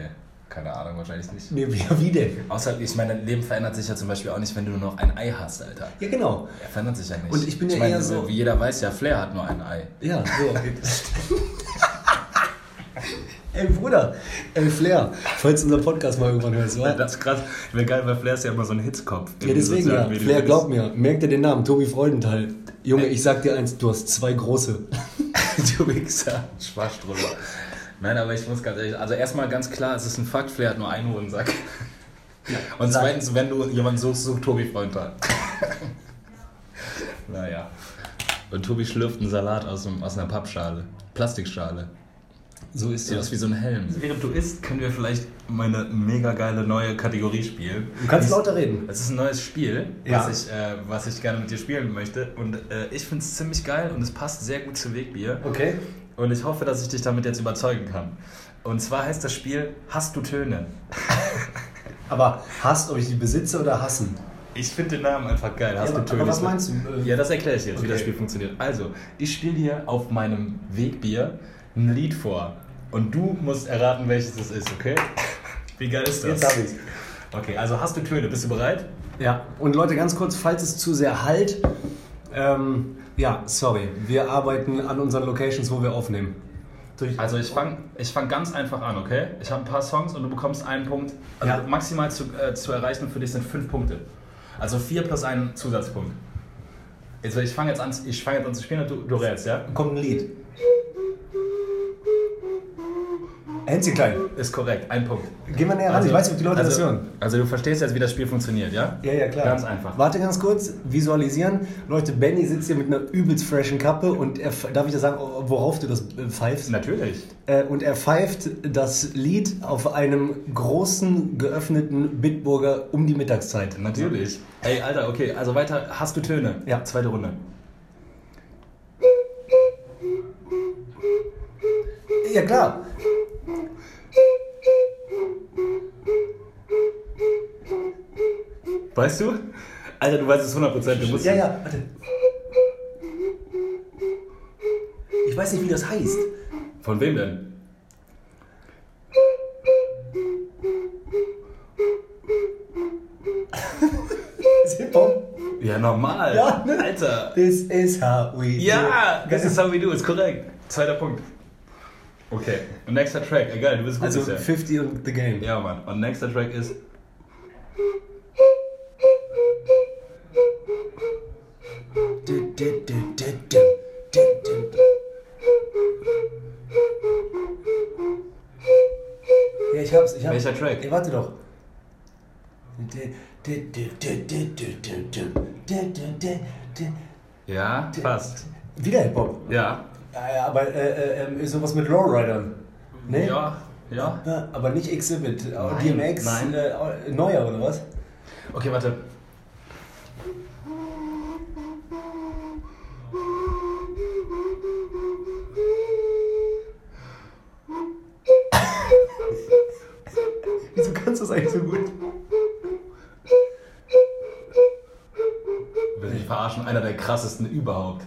Speaker 2: keine Ahnung, wahrscheinlich nicht.
Speaker 3: Nee, wie, wie denn?
Speaker 2: Außer, ich meine, dein Leben verändert sich ja zum Beispiel auch nicht, wenn du nur noch ein Ei hast, Alter.
Speaker 3: Ja, genau.
Speaker 2: Er verändert sich ja nicht.
Speaker 3: Und ich bin ja
Speaker 2: meine,
Speaker 3: eher so-
Speaker 2: Wie jeder weiß, ja, Flair hat nur ein Ei.
Speaker 3: Ja, so. Ey, Bruder, ey, Flair, falls du unseren Podcast mal irgendwann hörst, wa?
Speaker 2: Das ist krass. Wäre geil, weil Flair ist ja immer so ein Hitzkopf.
Speaker 3: Ja, deswegen ja. Flair, glaub mir, merkt ihr den Namen, Tobi Freudenthal. Junge, ich sag dir eins, du hast zwei große.
Speaker 2: du Wichser. Schwasch drüber. Nein, aber ich muss ganz ehrlich, also erstmal ganz klar, es ist ein Fakt, Flair hat nur einen Hodensack. Und
Speaker 3: Sag-
Speaker 2: zweitens, wenn du jemanden suchst, such Tobi Freundtal. naja. Und Tobi schlürft einen Salat aus, einem- aus einer Pappschale. Plastikschale.
Speaker 3: So ist
Speaker 2: Sieht
Speaker 3: das.
Speaker 2: aus wie so ein Helm. Während du isst, können wir vielleicht meine mega geile neue Kategorie spielen.
Speaker 3: Du kannst lauter reden.
Speaker 2: Es ist ein neues Spiel,
Speaker 3: Ja.
Speaker 2: was, ich, äh, was ich gerne mit dir spielen möchte. Und äh, ich finde es ziemlich geil und es passt sehr gut zu Wegbier.
Speaker 3: Okay.
Speaker 2: Und ich hoffe, dass ich dich damit jetzt überzeugen kann. Und zwar heißt das Spiel Hast du Töne?
Speaker 3: Aber hast, ob ich die besitze oder hassen?
Speaker 2: Ich finde den Namen einfach geil. Hast
Speaker 3: Ja,
Speaker 2: du
Speaker 3: aber-
Speaker 2: Töne?
Speaker 3: aber was meinst du? Äh,
Speaker 2: Ja, das erkläre ich jetzt, wie
Speaker 3: okay.
Speaker 2: das Spiel funktioniert. Also, ich spiele dir auf meinem Wegbier ein Lied vor. Und du musst erraten, welches es ist, okay? Wie geil ist das?
Speaker 3: Jetzt hab ich's.
Speaker 2: Okay, also hast du Töne? Bist du bereit?
Speaker 3: Ja, und Leute, ganz kurz, falls es zu sehr halt, ähm, ja, sorry, wir arbeiten an unseren Locations, wo wir aufnehmen. Durch
Speaker 2: Also ich fange ich fang ganz einfach an, okay? Ich habe ein paar Songs und du bekommst einen Punkt. Also
Speaker 3: Ja.
Speaker 2: Maximal zu, äh, zu erreichen für dich sind fünf Punkte. Also vier plus einen Zusatzpunkt. Also ich fange jetzt, an- ich fang jetzt an zu spielen und du, du rätst, ja?
Speaker 3: kommt ein Lied. Hänschen klein.
Speaker 2: Ist korrekt, ein Punkt.
Speaker 3: Geh mal näher ran, ich weiß nicht, ob die Leute
Speaker 2: also,
Speaker 3: das hören.
Speaker 2: Also du verstehst jetzt, wie das Spiel funktioniert, ja?
Speaker 3: Ja, ja, klar.
Speaker 2: Ganz einfach.
Speaker 3: Warte ganz kurz, visualisieren. Leute, Benny sitzt hier mit einer übelst freshen Kappe und er, f- darf ich das sagen, worauf du das äh, pfeifst?
Speaker 2: Natürlich.
Speaker 3: Äh, und er pfeift das Lied auf einem großen, geöffneten Bitburger um die Mittagszeit.
Speaker 2: Natürlich. Ey, Alter, okay, also weiter. Hast du Töne?
Speaker 3: Ja.
Speaker 2: Zweite Runde.
Speaker 3: Ja, klar.
Speaker 2: Weißt du? Alter, du weißt es 100%. Du musst
Speaker 3: Ja, ja, warte. Ich weiß nicht, wie das heißt.
Speaker 2: Von wem denn?
Speaker 3: Hip-Hop.
Speaker 2: Ja, normal.
Speaker 3: Ja, ne?
Speaker 2: Alter.
Speaker 3: This is how we
Speaker 2: Ja,
Speaker 3: do.
Speaker 2: das ist how we do, ist korrekt. Zweiter Punkt. Okay, und nächster Track, egal, du bist gut
Speaker 3: Also
Speaker 2: bisher.
Speaker 3: 50 und the game.
Speaker 2: Ja, Mann, und nächster Track ist.
Speaker 3: Du, du, du, du, du, du, du. Ja, ich hab's, ich hab's.
Speaker 2: Welcher Track?
Speaker 3: Ey, warte doch. Du, du, du, du, du, du, du, du, du, du, du.
Speaker 2: Ja, fast.
Speaker 3: Wieder Hip-Hop.
Speaker 2: Ja.
Speaker 3: Ja, ja, aber äh, äh, äh, sowas mit Lowridern. Ne?
Speaker 2: Ja, ja.
Speaker 3: Ja, Aber nicht Exhibit, äh,
Speaker 2: Nein,
Speaker 3: DMX,
Speaker 2: nein.
Speaker 3: Äh, neuer oder was?
Speaker 2: Okay, warte.
Speaker 3: du kannst das eigentlich so gut.
Speaker 2: Will ich verarschen, einer der krassesten überhaupt.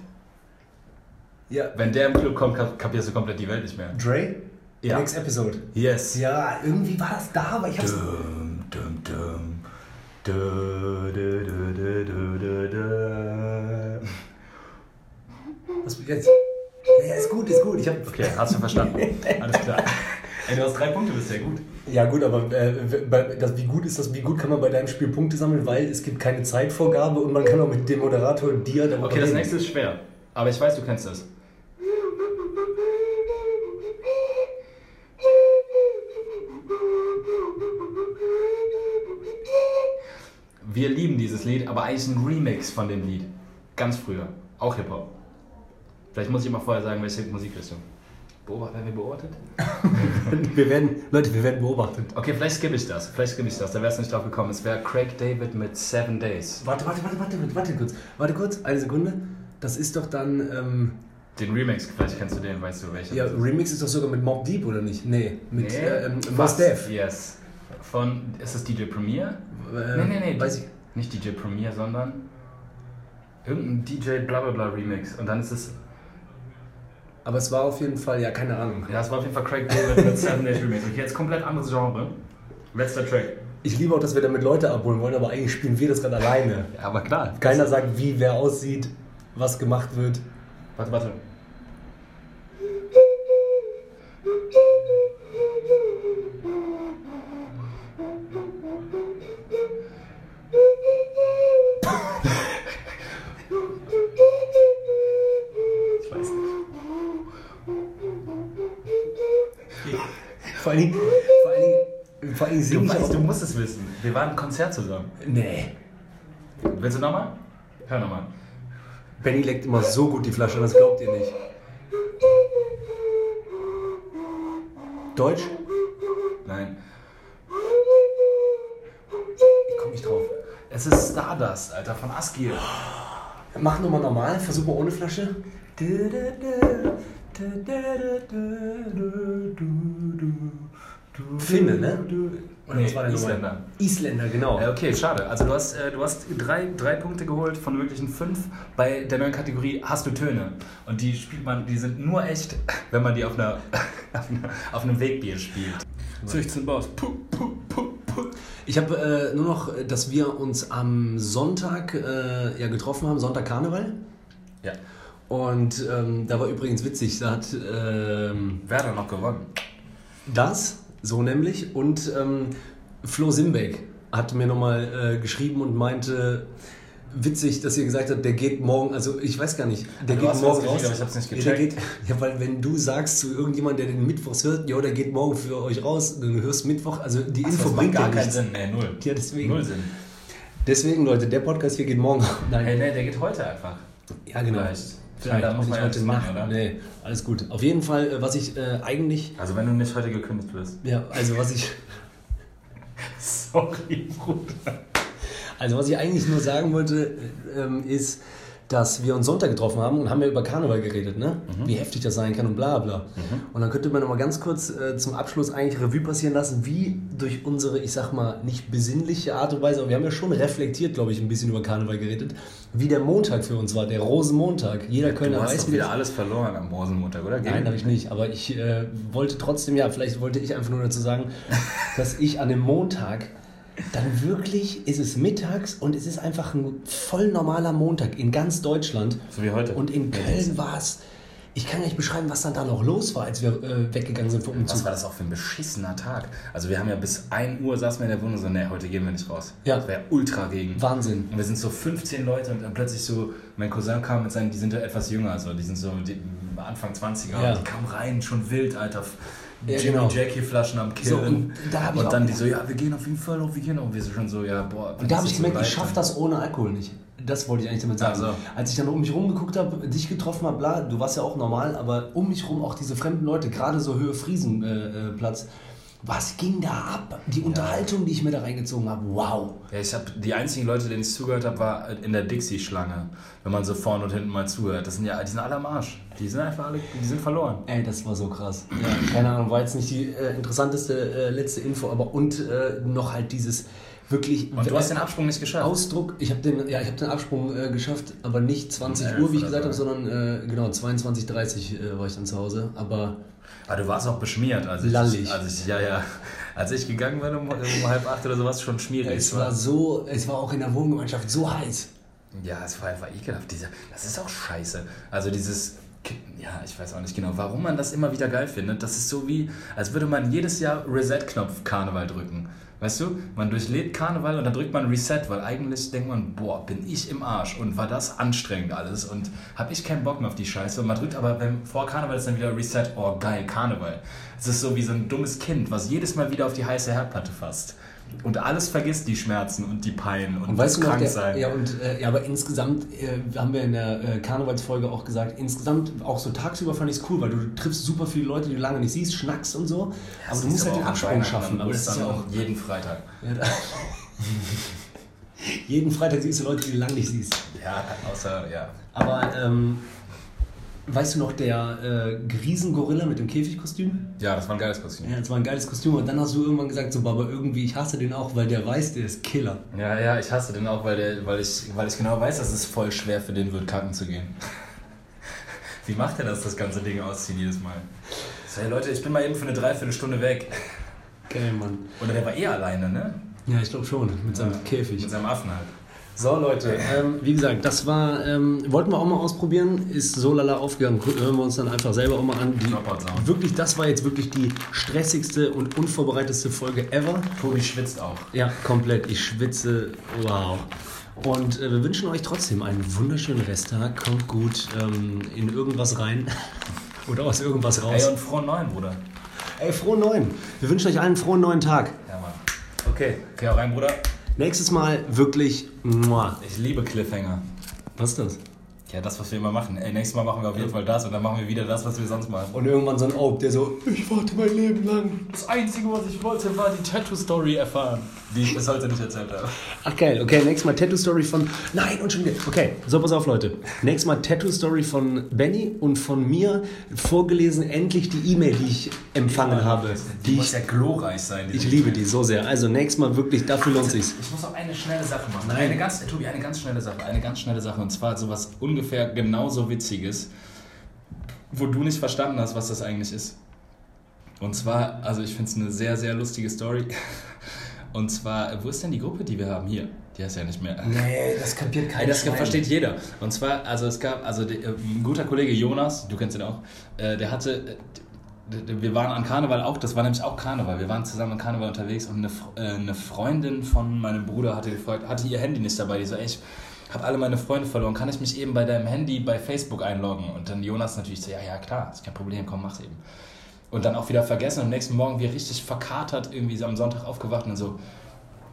Speaker 3: Ja.
Speaker 2: Wenn der im Club kommt, kap- kapierst du komplett die Welt nicht mehr.
Speaker 3: Dre?
Speaker 2: Ja.
Speaker 3: Next Episode.
Speaker 2: Yes.
Speaker 3: Ja, irgendwie war das da, aber ich hab's.
Speaker 2: Dum, dum, dum. Du, du, du, du, du, du, du.
Speaker 3: Was, jetzt, ja, ist gut, ist gut. Ich hab,
Speaker 2: Okay, hast du verstanden. Alles klar. Ey, du hast drei Punkte bisher, gut.
Speaker 3: Ja, gut, aber äh, w- bei- das, wie gut ist das? Wie gut kann man bei deinem Spiel Punkte sammeln? Weil es gibt keine Zeitvorgabe und man kann auch mit dem Moderator dir darüber
Speaker 2: Okay, das
Speaker 3: reden.
Speaker 2: nächste ist schwer. Aber ich weiß, du kennst das. Wir lieben dieses Lied, aber eigentlich ein Remix von dem Lied. Ganz früher. Auch Hip-Hop. Vielleicht muss ich mal vorher sagen, welche Musikrichtung. Beobacht, werden wir beobachtet?
Speaker 3: Wir werden, Leute, wir werden beobachtet.
Speaker 2: Okay, vielleicht skippe ich das. Vielleicht skippe ich das. Da wärst du nicht drauf gekommen. Es wäre Craig David mit Seven Days.
Speaker 3: Warte, warte, warte, warte, warte, warte kurz. Warte kurz, eine Sekunde. Das ist doch dann, ähm,
Speaker 2: Den Remix, vielleicht kennst du den, weißt du welchen.
Speaker 3: ja,
Speaker 2: das ist.
Speaker 3: Remix ist doch sogar mit Mob Deep, oder nicht? Nee, mit
Speaker 2: Nee,
Speaker 3: äh, ähm, Mos
Speaker 2: fast,
Speaker 3: Def.
Speaker 2: Yes. Von, ist es DJ Premier?
Speaker 3: Äh,
Speaker 2: nee, nee, nee.
Speaker 3: Weiß ich.
Speaker 2: Nicht DJ Premier, sondern irgendein DJ Blablabla Remix. Und dann ist es,
Speaker 3: Aber es war auf jeden Fall, ja, keine Ahnung.
Speaker 2: ja, es war auf jeden Fall Craig David mit Seven Days Remix. Okay, jetzt komplett anderes Genre. Letzter Track.
Speaker 3: Ich liebe auch, dass wir damit Leute abholen wollen, aber eigentlich spielen wir das gerade alleine.
Speaker 2: Ja, aber klar.
Speaker 3: Keiner sagt, wie wer aussieht, was gemacht wird.
Speaker 2: Warte, warte. Ich weiß nicht.
Speaker 3: Vor allen Dingen, vor allen Dingen, vor allen Dingen
Speaker 2: Du,
Speaker 3: singen
Speaker 2: weißt, du musst es wissen. Wir waren im Konzert zusammen.
Speaker 3: Nee.
Speaker 2: Willst du nochmal? Hör nochmal.
Speaker 3: Benny leckt immer so gut die Flasche, das glaubt ihr nicht. Deutsch?
Speaker 2: Nein.
Speaker 3: Ich komme nicht drauf.
Speaker 2: Es ist Stardust, Alter, von Askir.
Speaker 3: Mach nochmal normal, versuch mal ohne Flasche. Finne, ne? Oder
Speaker 2: Nee,
Speaker 3: was war der nochmal?
Speaker 2: Isländer.
Speaker 3: Isländer, genau.
Speaker 2: Äh, Okay, schade. Also du hast, äh, du hast drei, drei Punkte geholt von möglichen fünf. Bei der neuen Kategorie hast du Töne. Und die spielt man, die sind nur echt, wenn man die auf einer auf, einer, auf einem Wegbier spielt.
Speaker 1: 16 Bars. Puh, puh, puh, puh.
Speaker 3: Ich habe äh, nur noch, äh, dass wir uns am Sonntag äh, ja getroffen haben, Sonntag Karneval.
Speaker 2: Ja.
Speaker 3: Und ähm, da war übrigens witzig, da hat ähm,
Speaker 2: Werder noch gewonnen.
Speaker 3: das, so nämlich, und ähm, Flo Simbeck hat mir nochmal äh, geschrieben und meinte, witzig, dass ihr gesagt habt, der geht morgen, also ich weiß gar nicht, der
Speaker 2: Du
Speaker 3: geht
Speaker 2: hast mir das
Speaker 3: morgen
Speaker 2: geschickt,
Speaker 3: raus.
Speaker 2: aber ich hab's nicht
Speaker 3: Ja, der
Speaker 2: gecheckt.
Speaker 3: geht, ja, weil wenn du sagst zu irgendjemandem, der den Mittwochs hört, ja, der geht morgen für euch raus, dann hörst Mittwoch, also die
Speaker 2: Das
Speaker 3: Info
Speaker 2: macht
Speaker 3: bringt
Speaker 2: gar
Speaker 3: ja
Speaker 2: keinen
Speaker 3: nichts.
Speaker 2: Sinn. Nee, null.
Speaker 3: Ja, deswegen.
Speaker 2: Null Sinn.
Speaker 3: Deswegen, Leute, der Podcast hier geht morgen. Nein,
Speaker 2: Hey, nee, der geht heute einfach.
Speaker 3: ja, genau.
Speaker 2: Vielleicht.
Speaker 3: Vielleicht
Speaker 2: Da muss
Speaker 3: nicht
Speaker 2: man ja
Speaker 3: heute
Speaker 2: was machen,
Speaker 3: Nacht.
Speaker 2: oder?
Speaker 3: Nee, alles gut. Auf jeden Fall, äh, was ich äh, eigentlich,
Speaker 2: Also wenn du nicht heute gekündigt wirst.
Speaker 3: ja, also was ich,
Speaker 2: Sorry, Bruder.
Speaker 3: also was ich eigentlich nur sagen wollte, äh, ähm, ist, dass wir uns Sonntag getroffen haben und haben ja über Karneval geredet, ne?
Speaker 2: Mhm.
Speaker 3: Wie heftig das sein kann und bla bla. Und dann könnte man nochmal ganz kurz äh, zum Abschluss eigentlich Revue passieren lassen, wie durch unsere, ich sag mal, nicht besinnliche Art und Weise, aber wir haben ja schon reflektiert, glaube ich, ein bisschen über Karneval geredet, wie der Montag für uns war, der Rosenmontag. Jeder Kölner
Speaker 2: Du hast
Speaker 3: weiß,
Speaker 2: doch
Speaker 3: wie das
Speaker 2: wieder alles verloren am Rosenmontag, oder?
Speaker 3: Nein, habe ich nicht. Aber ich äh, wollte trotzdem, ja, vielleicht wollte ich einfach nur dazu sagen, dass ich an dem Montag dann wirklich, ist es mittags und es ist einfach ein voll normaler Montag in ganz Deutschland.
Speaker 2: So wie heute.
Speaker 3: Und in Köln war es, ich kann gar nicht beschreiben, was dann da noch los war, als wir äh, weggegangen sind vom
Speaker 2: Was
Speaker 3: Umzug.
Speaker 2: war das auch für ein beschissener Tag? Also wir haben ja bis 1 Uhr saßen wir in der Wohnung so, nee, heute gehen wir nicht raus.
Speaker 3: Ja.
Speaker 2: Das wäre ultra gegen.
Speaker 3: Wahnsinn.
Speaker 2: Und wir sind so 15 Leute und dann plötzlich so, mein Cousin kam mit seinen, die sind ja etwas jünger, so, die sind so die, Anfang 20er,
Speaker 3: Ja.
Speaker 2: und die kamen rein, schon wild, Alter.
Speaker 3: Ja,
Speaker 2: Jimmy
Speaker 3: genau.
Speaker 2: Jackie Flaschen am Killen.
Speaker 3: So, und da hab ich auch
Speaker 2: und dann die
Speaker 3: gedacht-
Speaker 2: so, ja, wir gehen auf jeden Fall noch, wir gehen noch. Und wir sind schon so, ja, boah.
Speaker 3: Und da habe ich gemerkt, ich schaffe
Speaker 2: schaffe
Speaker 3: das ohne Alkohol nicht. Das wollte ich eigentlich damit
Speaker 2: Ach
Speaker 3: sagen.
Speaker 2: so.
Speaker 3: Als ich dann um mich rumgeguckt habe, dich getroffen habe, bla, du warst ja auch normal, aber um mich rum auch diese fremden Leute, gerade so Höhe Friesenplatz, äh, Platz, was ging da ab? Die Unterhaltung, die ich mir da reingezogen habe, wow.
Speaker 2: Ja, ich habe die einzigen Leute, denen ich zugehört habe, war in der Dixie-Schlange, wenn man so vorne und hinten mal zuhört. Das sind ja, die sind alle am Arsch. Die sind einfach alle, die sind verloren.
Speaker 3: Ey, das war so krass. Keine Ahnung, war jetzt nicht die äh, interessanteste äh, letzte Info, aber und äh, noch halt dieses wirklich
Speaker 2: Und du hast den Absprung nicht geschafft.
Speaker 3: Ausdruck. Ich habe den, ja, ich hab den Absprung äh, geschafft, aber nicht 20
Speaker 2: Um elf
Speaker 3: Uhr, wie ich
Speaker 2: oder
Speaker 3: gesagt habe,
Speaker 2: so.
Speaker 3: sondern äh, genau 22:30 äh, war ich dann zu Hause. Aber
Speaker 2: Aber Ah, du warst auch beschmiert, als ich,
Speaker 3: Lallig.
Speaker 2: Als ich, ja, ja, als ich gegangen bin um, um halb acht oder sowas, schon schmierig.
Speaker 3: es war so, es war auch in der Wohngemeinschaft so heiß.
Speaker 2: Ja, es war einfach ekelhaft. Diese, das ist auch scheiße. Also dieses, ja, ich weiß auch nicht genau, warum man das immer wieder geil findet. Das ist so wie, als würde man jedes Jahr Reset-Knopf Karneval drücken. Weißt du, man durchlebt Karneval und dann drückt man Reset, weil eigentlich denkt man, boah, bin ich im Arsch und war das anstrengend alles und hab ich keinen Bock mehr auf die Scheiße. Und man drückt aber beim, vor Karneval ist dann wieder Reset, oh geil, Karneval. Es ist so wie so ein dummes Kind, was jedes Mal wieder auf die heiße Herdplatte fasst. Und alles vergisst die Schmerzen und die Pein und,
Speaker 3: Und weißt du
Speaker 2: das
Speaker 3: noch,
Speaker 2: krank
Speaker 3: der,
Speaker 2: sein.
Speaker 3: ja, und, äh, ja, aber insgesamt äh, haben wir in der äh, Karnevalsfolge auch gesagt, insgesamt auch so tagsüber fand ich es cool, weil du triffst super viele Leute, die du lange nicht siehst, schnackst und so, aber du musst halt den Absprung schaffen. Aber das ist ja auch
Speaker 2: jeden Freitag.
Speaker 3: jeden Freitag siehst du Leute, die du lange nicht siehst.
Speaker 2: Ja, außer, ja.
Speaker 3: Aber ähm, weißt du noch, der äh, Riesengorilla mit dem Käfigkostüm?
Speaker 2: Ja, das war ein geiles Kostüm.
Speaker 3: Ja, das war ein geiles Kostüm und dann hast du irgendwann gesagt, so, aber irgendwie, ich hasse den auch, weil der weiß, der ist Killer.
Speaker 2: Ja, ja, ich hasse den auch, weil, der, weil, ich, weil ich genau weiß, dass es voll schwer für den wird, kacken zu gehen. Wie macht er das, das ganze Ding ausziehen jedes Mal? So, hey Leute, ich bin mal eben für eine Dreiviertelstunde weg.
Speaker 3: Geil, Mann.
Speaker 2: Oder der war eh alleine, ne?
Speaker 3: Ja, ich glaube schon, mit seinem Käfig.
Speaker 2: Mit seinem Affen halt.
Speaker 3: So Leute, ähm, wie gesagt, das war, ähm, wollten wir auch mal ausprobieren, ist so lala aufgegangen, Gu- hören wir uns dann einfach selber auch mal an.
Speaker 2: Dropout
Speaker 3: Die,
Speaker 2: Sound.
Speaker 3: wirklich, das war jetzt wirklich die stressigste und unvorbereiteste Folge ever.
Speaker 2: Tobi schwitzt auch.
Speaker 3: Ja, komplett, ich schwitze, wow. Und äh, wir wünschen euch trotzdem einen wunderschönen Resttag, kommt gut ähm, in irgendwas rein oder aus irgendwas
Speaker 2: Ey,
Speaker 3: raus.
Speaker 2: und frohen Neuen, Bruder.
Speaker 3: Ey, frohen neuen, wir wünschen euch allen einen frohen neuen Tag.
Speaker 2: Ja, Mann. Okay, geh auch rein, Bruder.
Speaker 3: Nächstes Mal wirklich, muah.
Speaker 2: Ich liebe Cliffhanger.
Speaker 3: was ist das?
Speaker 2: Ja, das, was wir immer machen. Ey, nächstes Mal machen wir auf jeden Fall das und dann machen wir wieder das, was wir sonst machen.
Speaker 3: Und irgendwann so ein Ob, der so, ich warte mein Leben lang.
Speaker 2: Das Einzige, was ich wollte, war die Tattoo-Story erfahren. Die ich bis heute nicht erzählt habe.
Speaker 3: Ach geil, okay, nächstes Mal Tattoo-Story von... Nein, und schon wieder. Okay, so pass auf, Leute. Nächstes Mal Tattoo-Story von Benny und von mir. Vorgelesen endlich die E-Mail, die ich empfangen habe.
Speaker 2: Die
Speaker 3: Die
Speaker 2: muss
Speaker 3: ich,
Speaker 2: ja glorreich sein.
Speaker 3: ich
Speaker 2: diese
Speaker 3: liebe
Speaker 2: E-Mail.
Speaker 3: die so sehr. Also nächstes Mal wirklich, dafür lohnt sich's.
Speaker 2: Ich muss auch eine schnelle Sache machen.
Speaker 3: Nein.
Speaker 2: Eine ganz, Tobi, eine ganz schnelle Sache. Eine ganz schnelle Sache. Und zwar sowas ungefähr genauso Witziges, wo du nicht verstanden hast, was das eigentlich ist. Und zwar, also ich finde es eine sehr, sehr lustige Story. Und zwar, wo ist denn die Gruppe, die wir haben? Hier. Die heißt ja nicht mehr.
Speaker 3: Nee, das kapiert
Speaker 2: Ey,
Speaker 3: keiner.
Speaker 2: das versteht jeder. Und zwar, also es gab, also der, äh, ein guter Kollege Jonas, du kennst ihn auch, äh, der hatte, äh, d- d- wir waren an Karneval auch, das war nämlich auch Karneval, wir waren zusammen an Karneval unterwegs und eine, Fr- äh, eine Freundin von meinem Bruder hatte gefragt, hatte ihr Handy nicht dabei, die so, ey, ich habe alle meine Freunde verloren, kann ich mich eben bei deinem Handy bei Facebook einloggen? Und dann Jonas natürlich so, ja, ja, klar, ist kein Problem, komm, mach's eben. Und dann auch wieder vergessen und am nächsten Morgen wir richtig verkatert irgendwie so am Sonntag aufgewacht und so,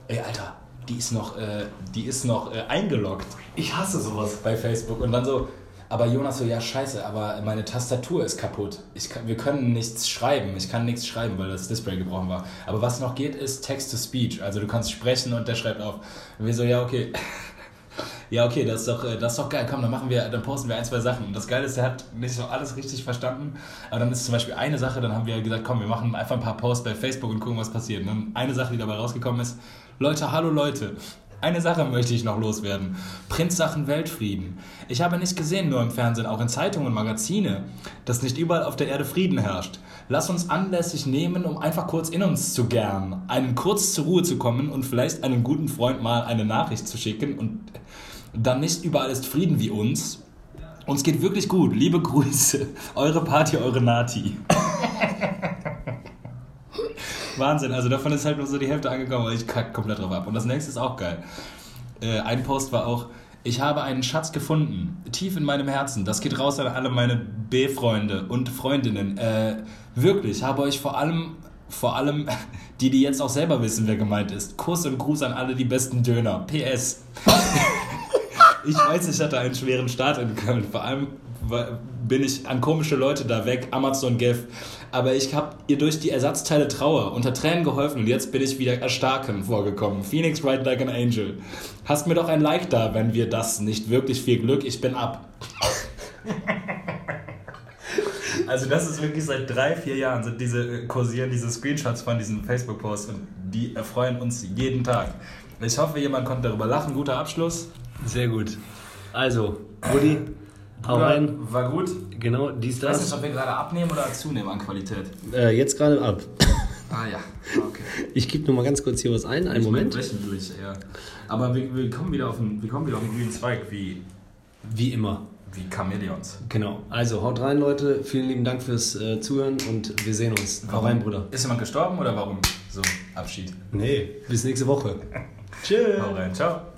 Speaker 2: ey, Alter, die ist noch, äh, die ist noch äh, eingeloggt
Speaker 3: Ich hasse sowas.
Speaker 2: bei Facebook und dann so, aber Jonas so, ja scheiße, aber meine Tastatur ist kaputt. Ich kann, wir können nichts schreiben. Ich kann nichts schreiben, weil das Display gebrochen war. Aber was noch geht, ist Text-to-Speech. Also du kannst sprechen und der schreibt auf. Und wir so, ja okay. Ja, okay, das ist, doch, äh, das ist doch geil. Komm, dann machen wir, dann posten wir ein, zwei Sachen. Und das Geile ist, er hat nicht so alles richtig verstanden. Aber dann ist zum Beispiel eine Sache, dann haben wir gesagt, komm, wir machen einfach ein paar Posts bei Facebook und gucken, was passiert. Und dann eine Sache, die dabei rausgekommen ist, Leute, hallo Leute. Eine Sache möchte ich noch loswerden. Prinz Sachen Weltfrieden. Ich habe nicht gesehen, nur im Fernsehen, auch in Zeitungen und Magazine, dass nicht überall auf der Erde Frieden herrscht. Lass uns anlässlich nehmen, um einfach kurz in uns zu gern, einen kurz zur Ruhe zu kommen und vielleicht einen guten Freund mal eine Nachricht zu schicken und dann nicht überall ist Frieden wie uns. Uns geht wirklich gut. Liebe Grüße. Eure Party, eure Nati. Wahnsinn, also davon ist halt nur so die Hälfte angekommen, aber ich kack komplett drauf ab. Und das nächste ist auch geil. Äh, ein Post war auch, ich habe einen Schatz gefunden, tief in meinem Herzen. Das geht raus an alle meine B-Freunde und Freundinnen. Äh, wirklich, habe euch vor allem, vor allem die, die jetzt auch selber wissen, wer gemeint ist. Kuss und Gruß an alle die besten Döner. PS. Ich weiß, ich hatte einen schweren Start in Köln. Vor allem weil- bin ich an komische Leute da weg, Amazon Gef. Aber ich habe ihr durch die Ersatzteile Trauer unter Tränen geholfen und jetzt bin ich wieder erstarken vorgekommen. Phoenix Ride Like an Angel. Hast mir doch ein Like da, wenn wir das nicht wirklich viel Glück, ich bin ab. Also das ist wirklich seit drei, vier Jahren sind diese, äh, kursieren diese Screenshots von diesen Facebook-Posts und die erfreuen uns jeden Tag. Ich hoffe, jemand konnte darüber lachen. Guter Abschluss.
Speaker 3: Sehr gut. Also, Woody, hau rein.
Speaker 2: War gut.
Speaker 3: Genau, dies,
Speaker 2: Ich weiß nicht,
Speaker 3: das.
Speaker 2: ob wir gerade abnehmen oder zunehmen an Qualität.
Speaker 3: Äh, jetzt gerade ab.
Speaker 2: Ah ja, okay.
Speaker 3: Ich gebe nur mal ganz kurz hier was ein. Einen Moment.
Speaker 2: Wöchentlich, ja. Aber wir, wir, kommen wieder auf den, wir kommen wieder auf den grünen Zweig, wie,
Speaker 3: Wie immer.
Speaker 2: wie Chamäleons.
Speaker 3: Genau. Also, haut rein, Leute. Vielen lieben Dank fürs äh, Zuhören und wir sehen uns. Hau rein, Bruder.
Speaker 2: Ist jemand gestorben oder warum? So, Abschied.
Speaker 3: Nee, bis nächste Woche. Tschüss.
Speaker 2: Hau rein, ciao.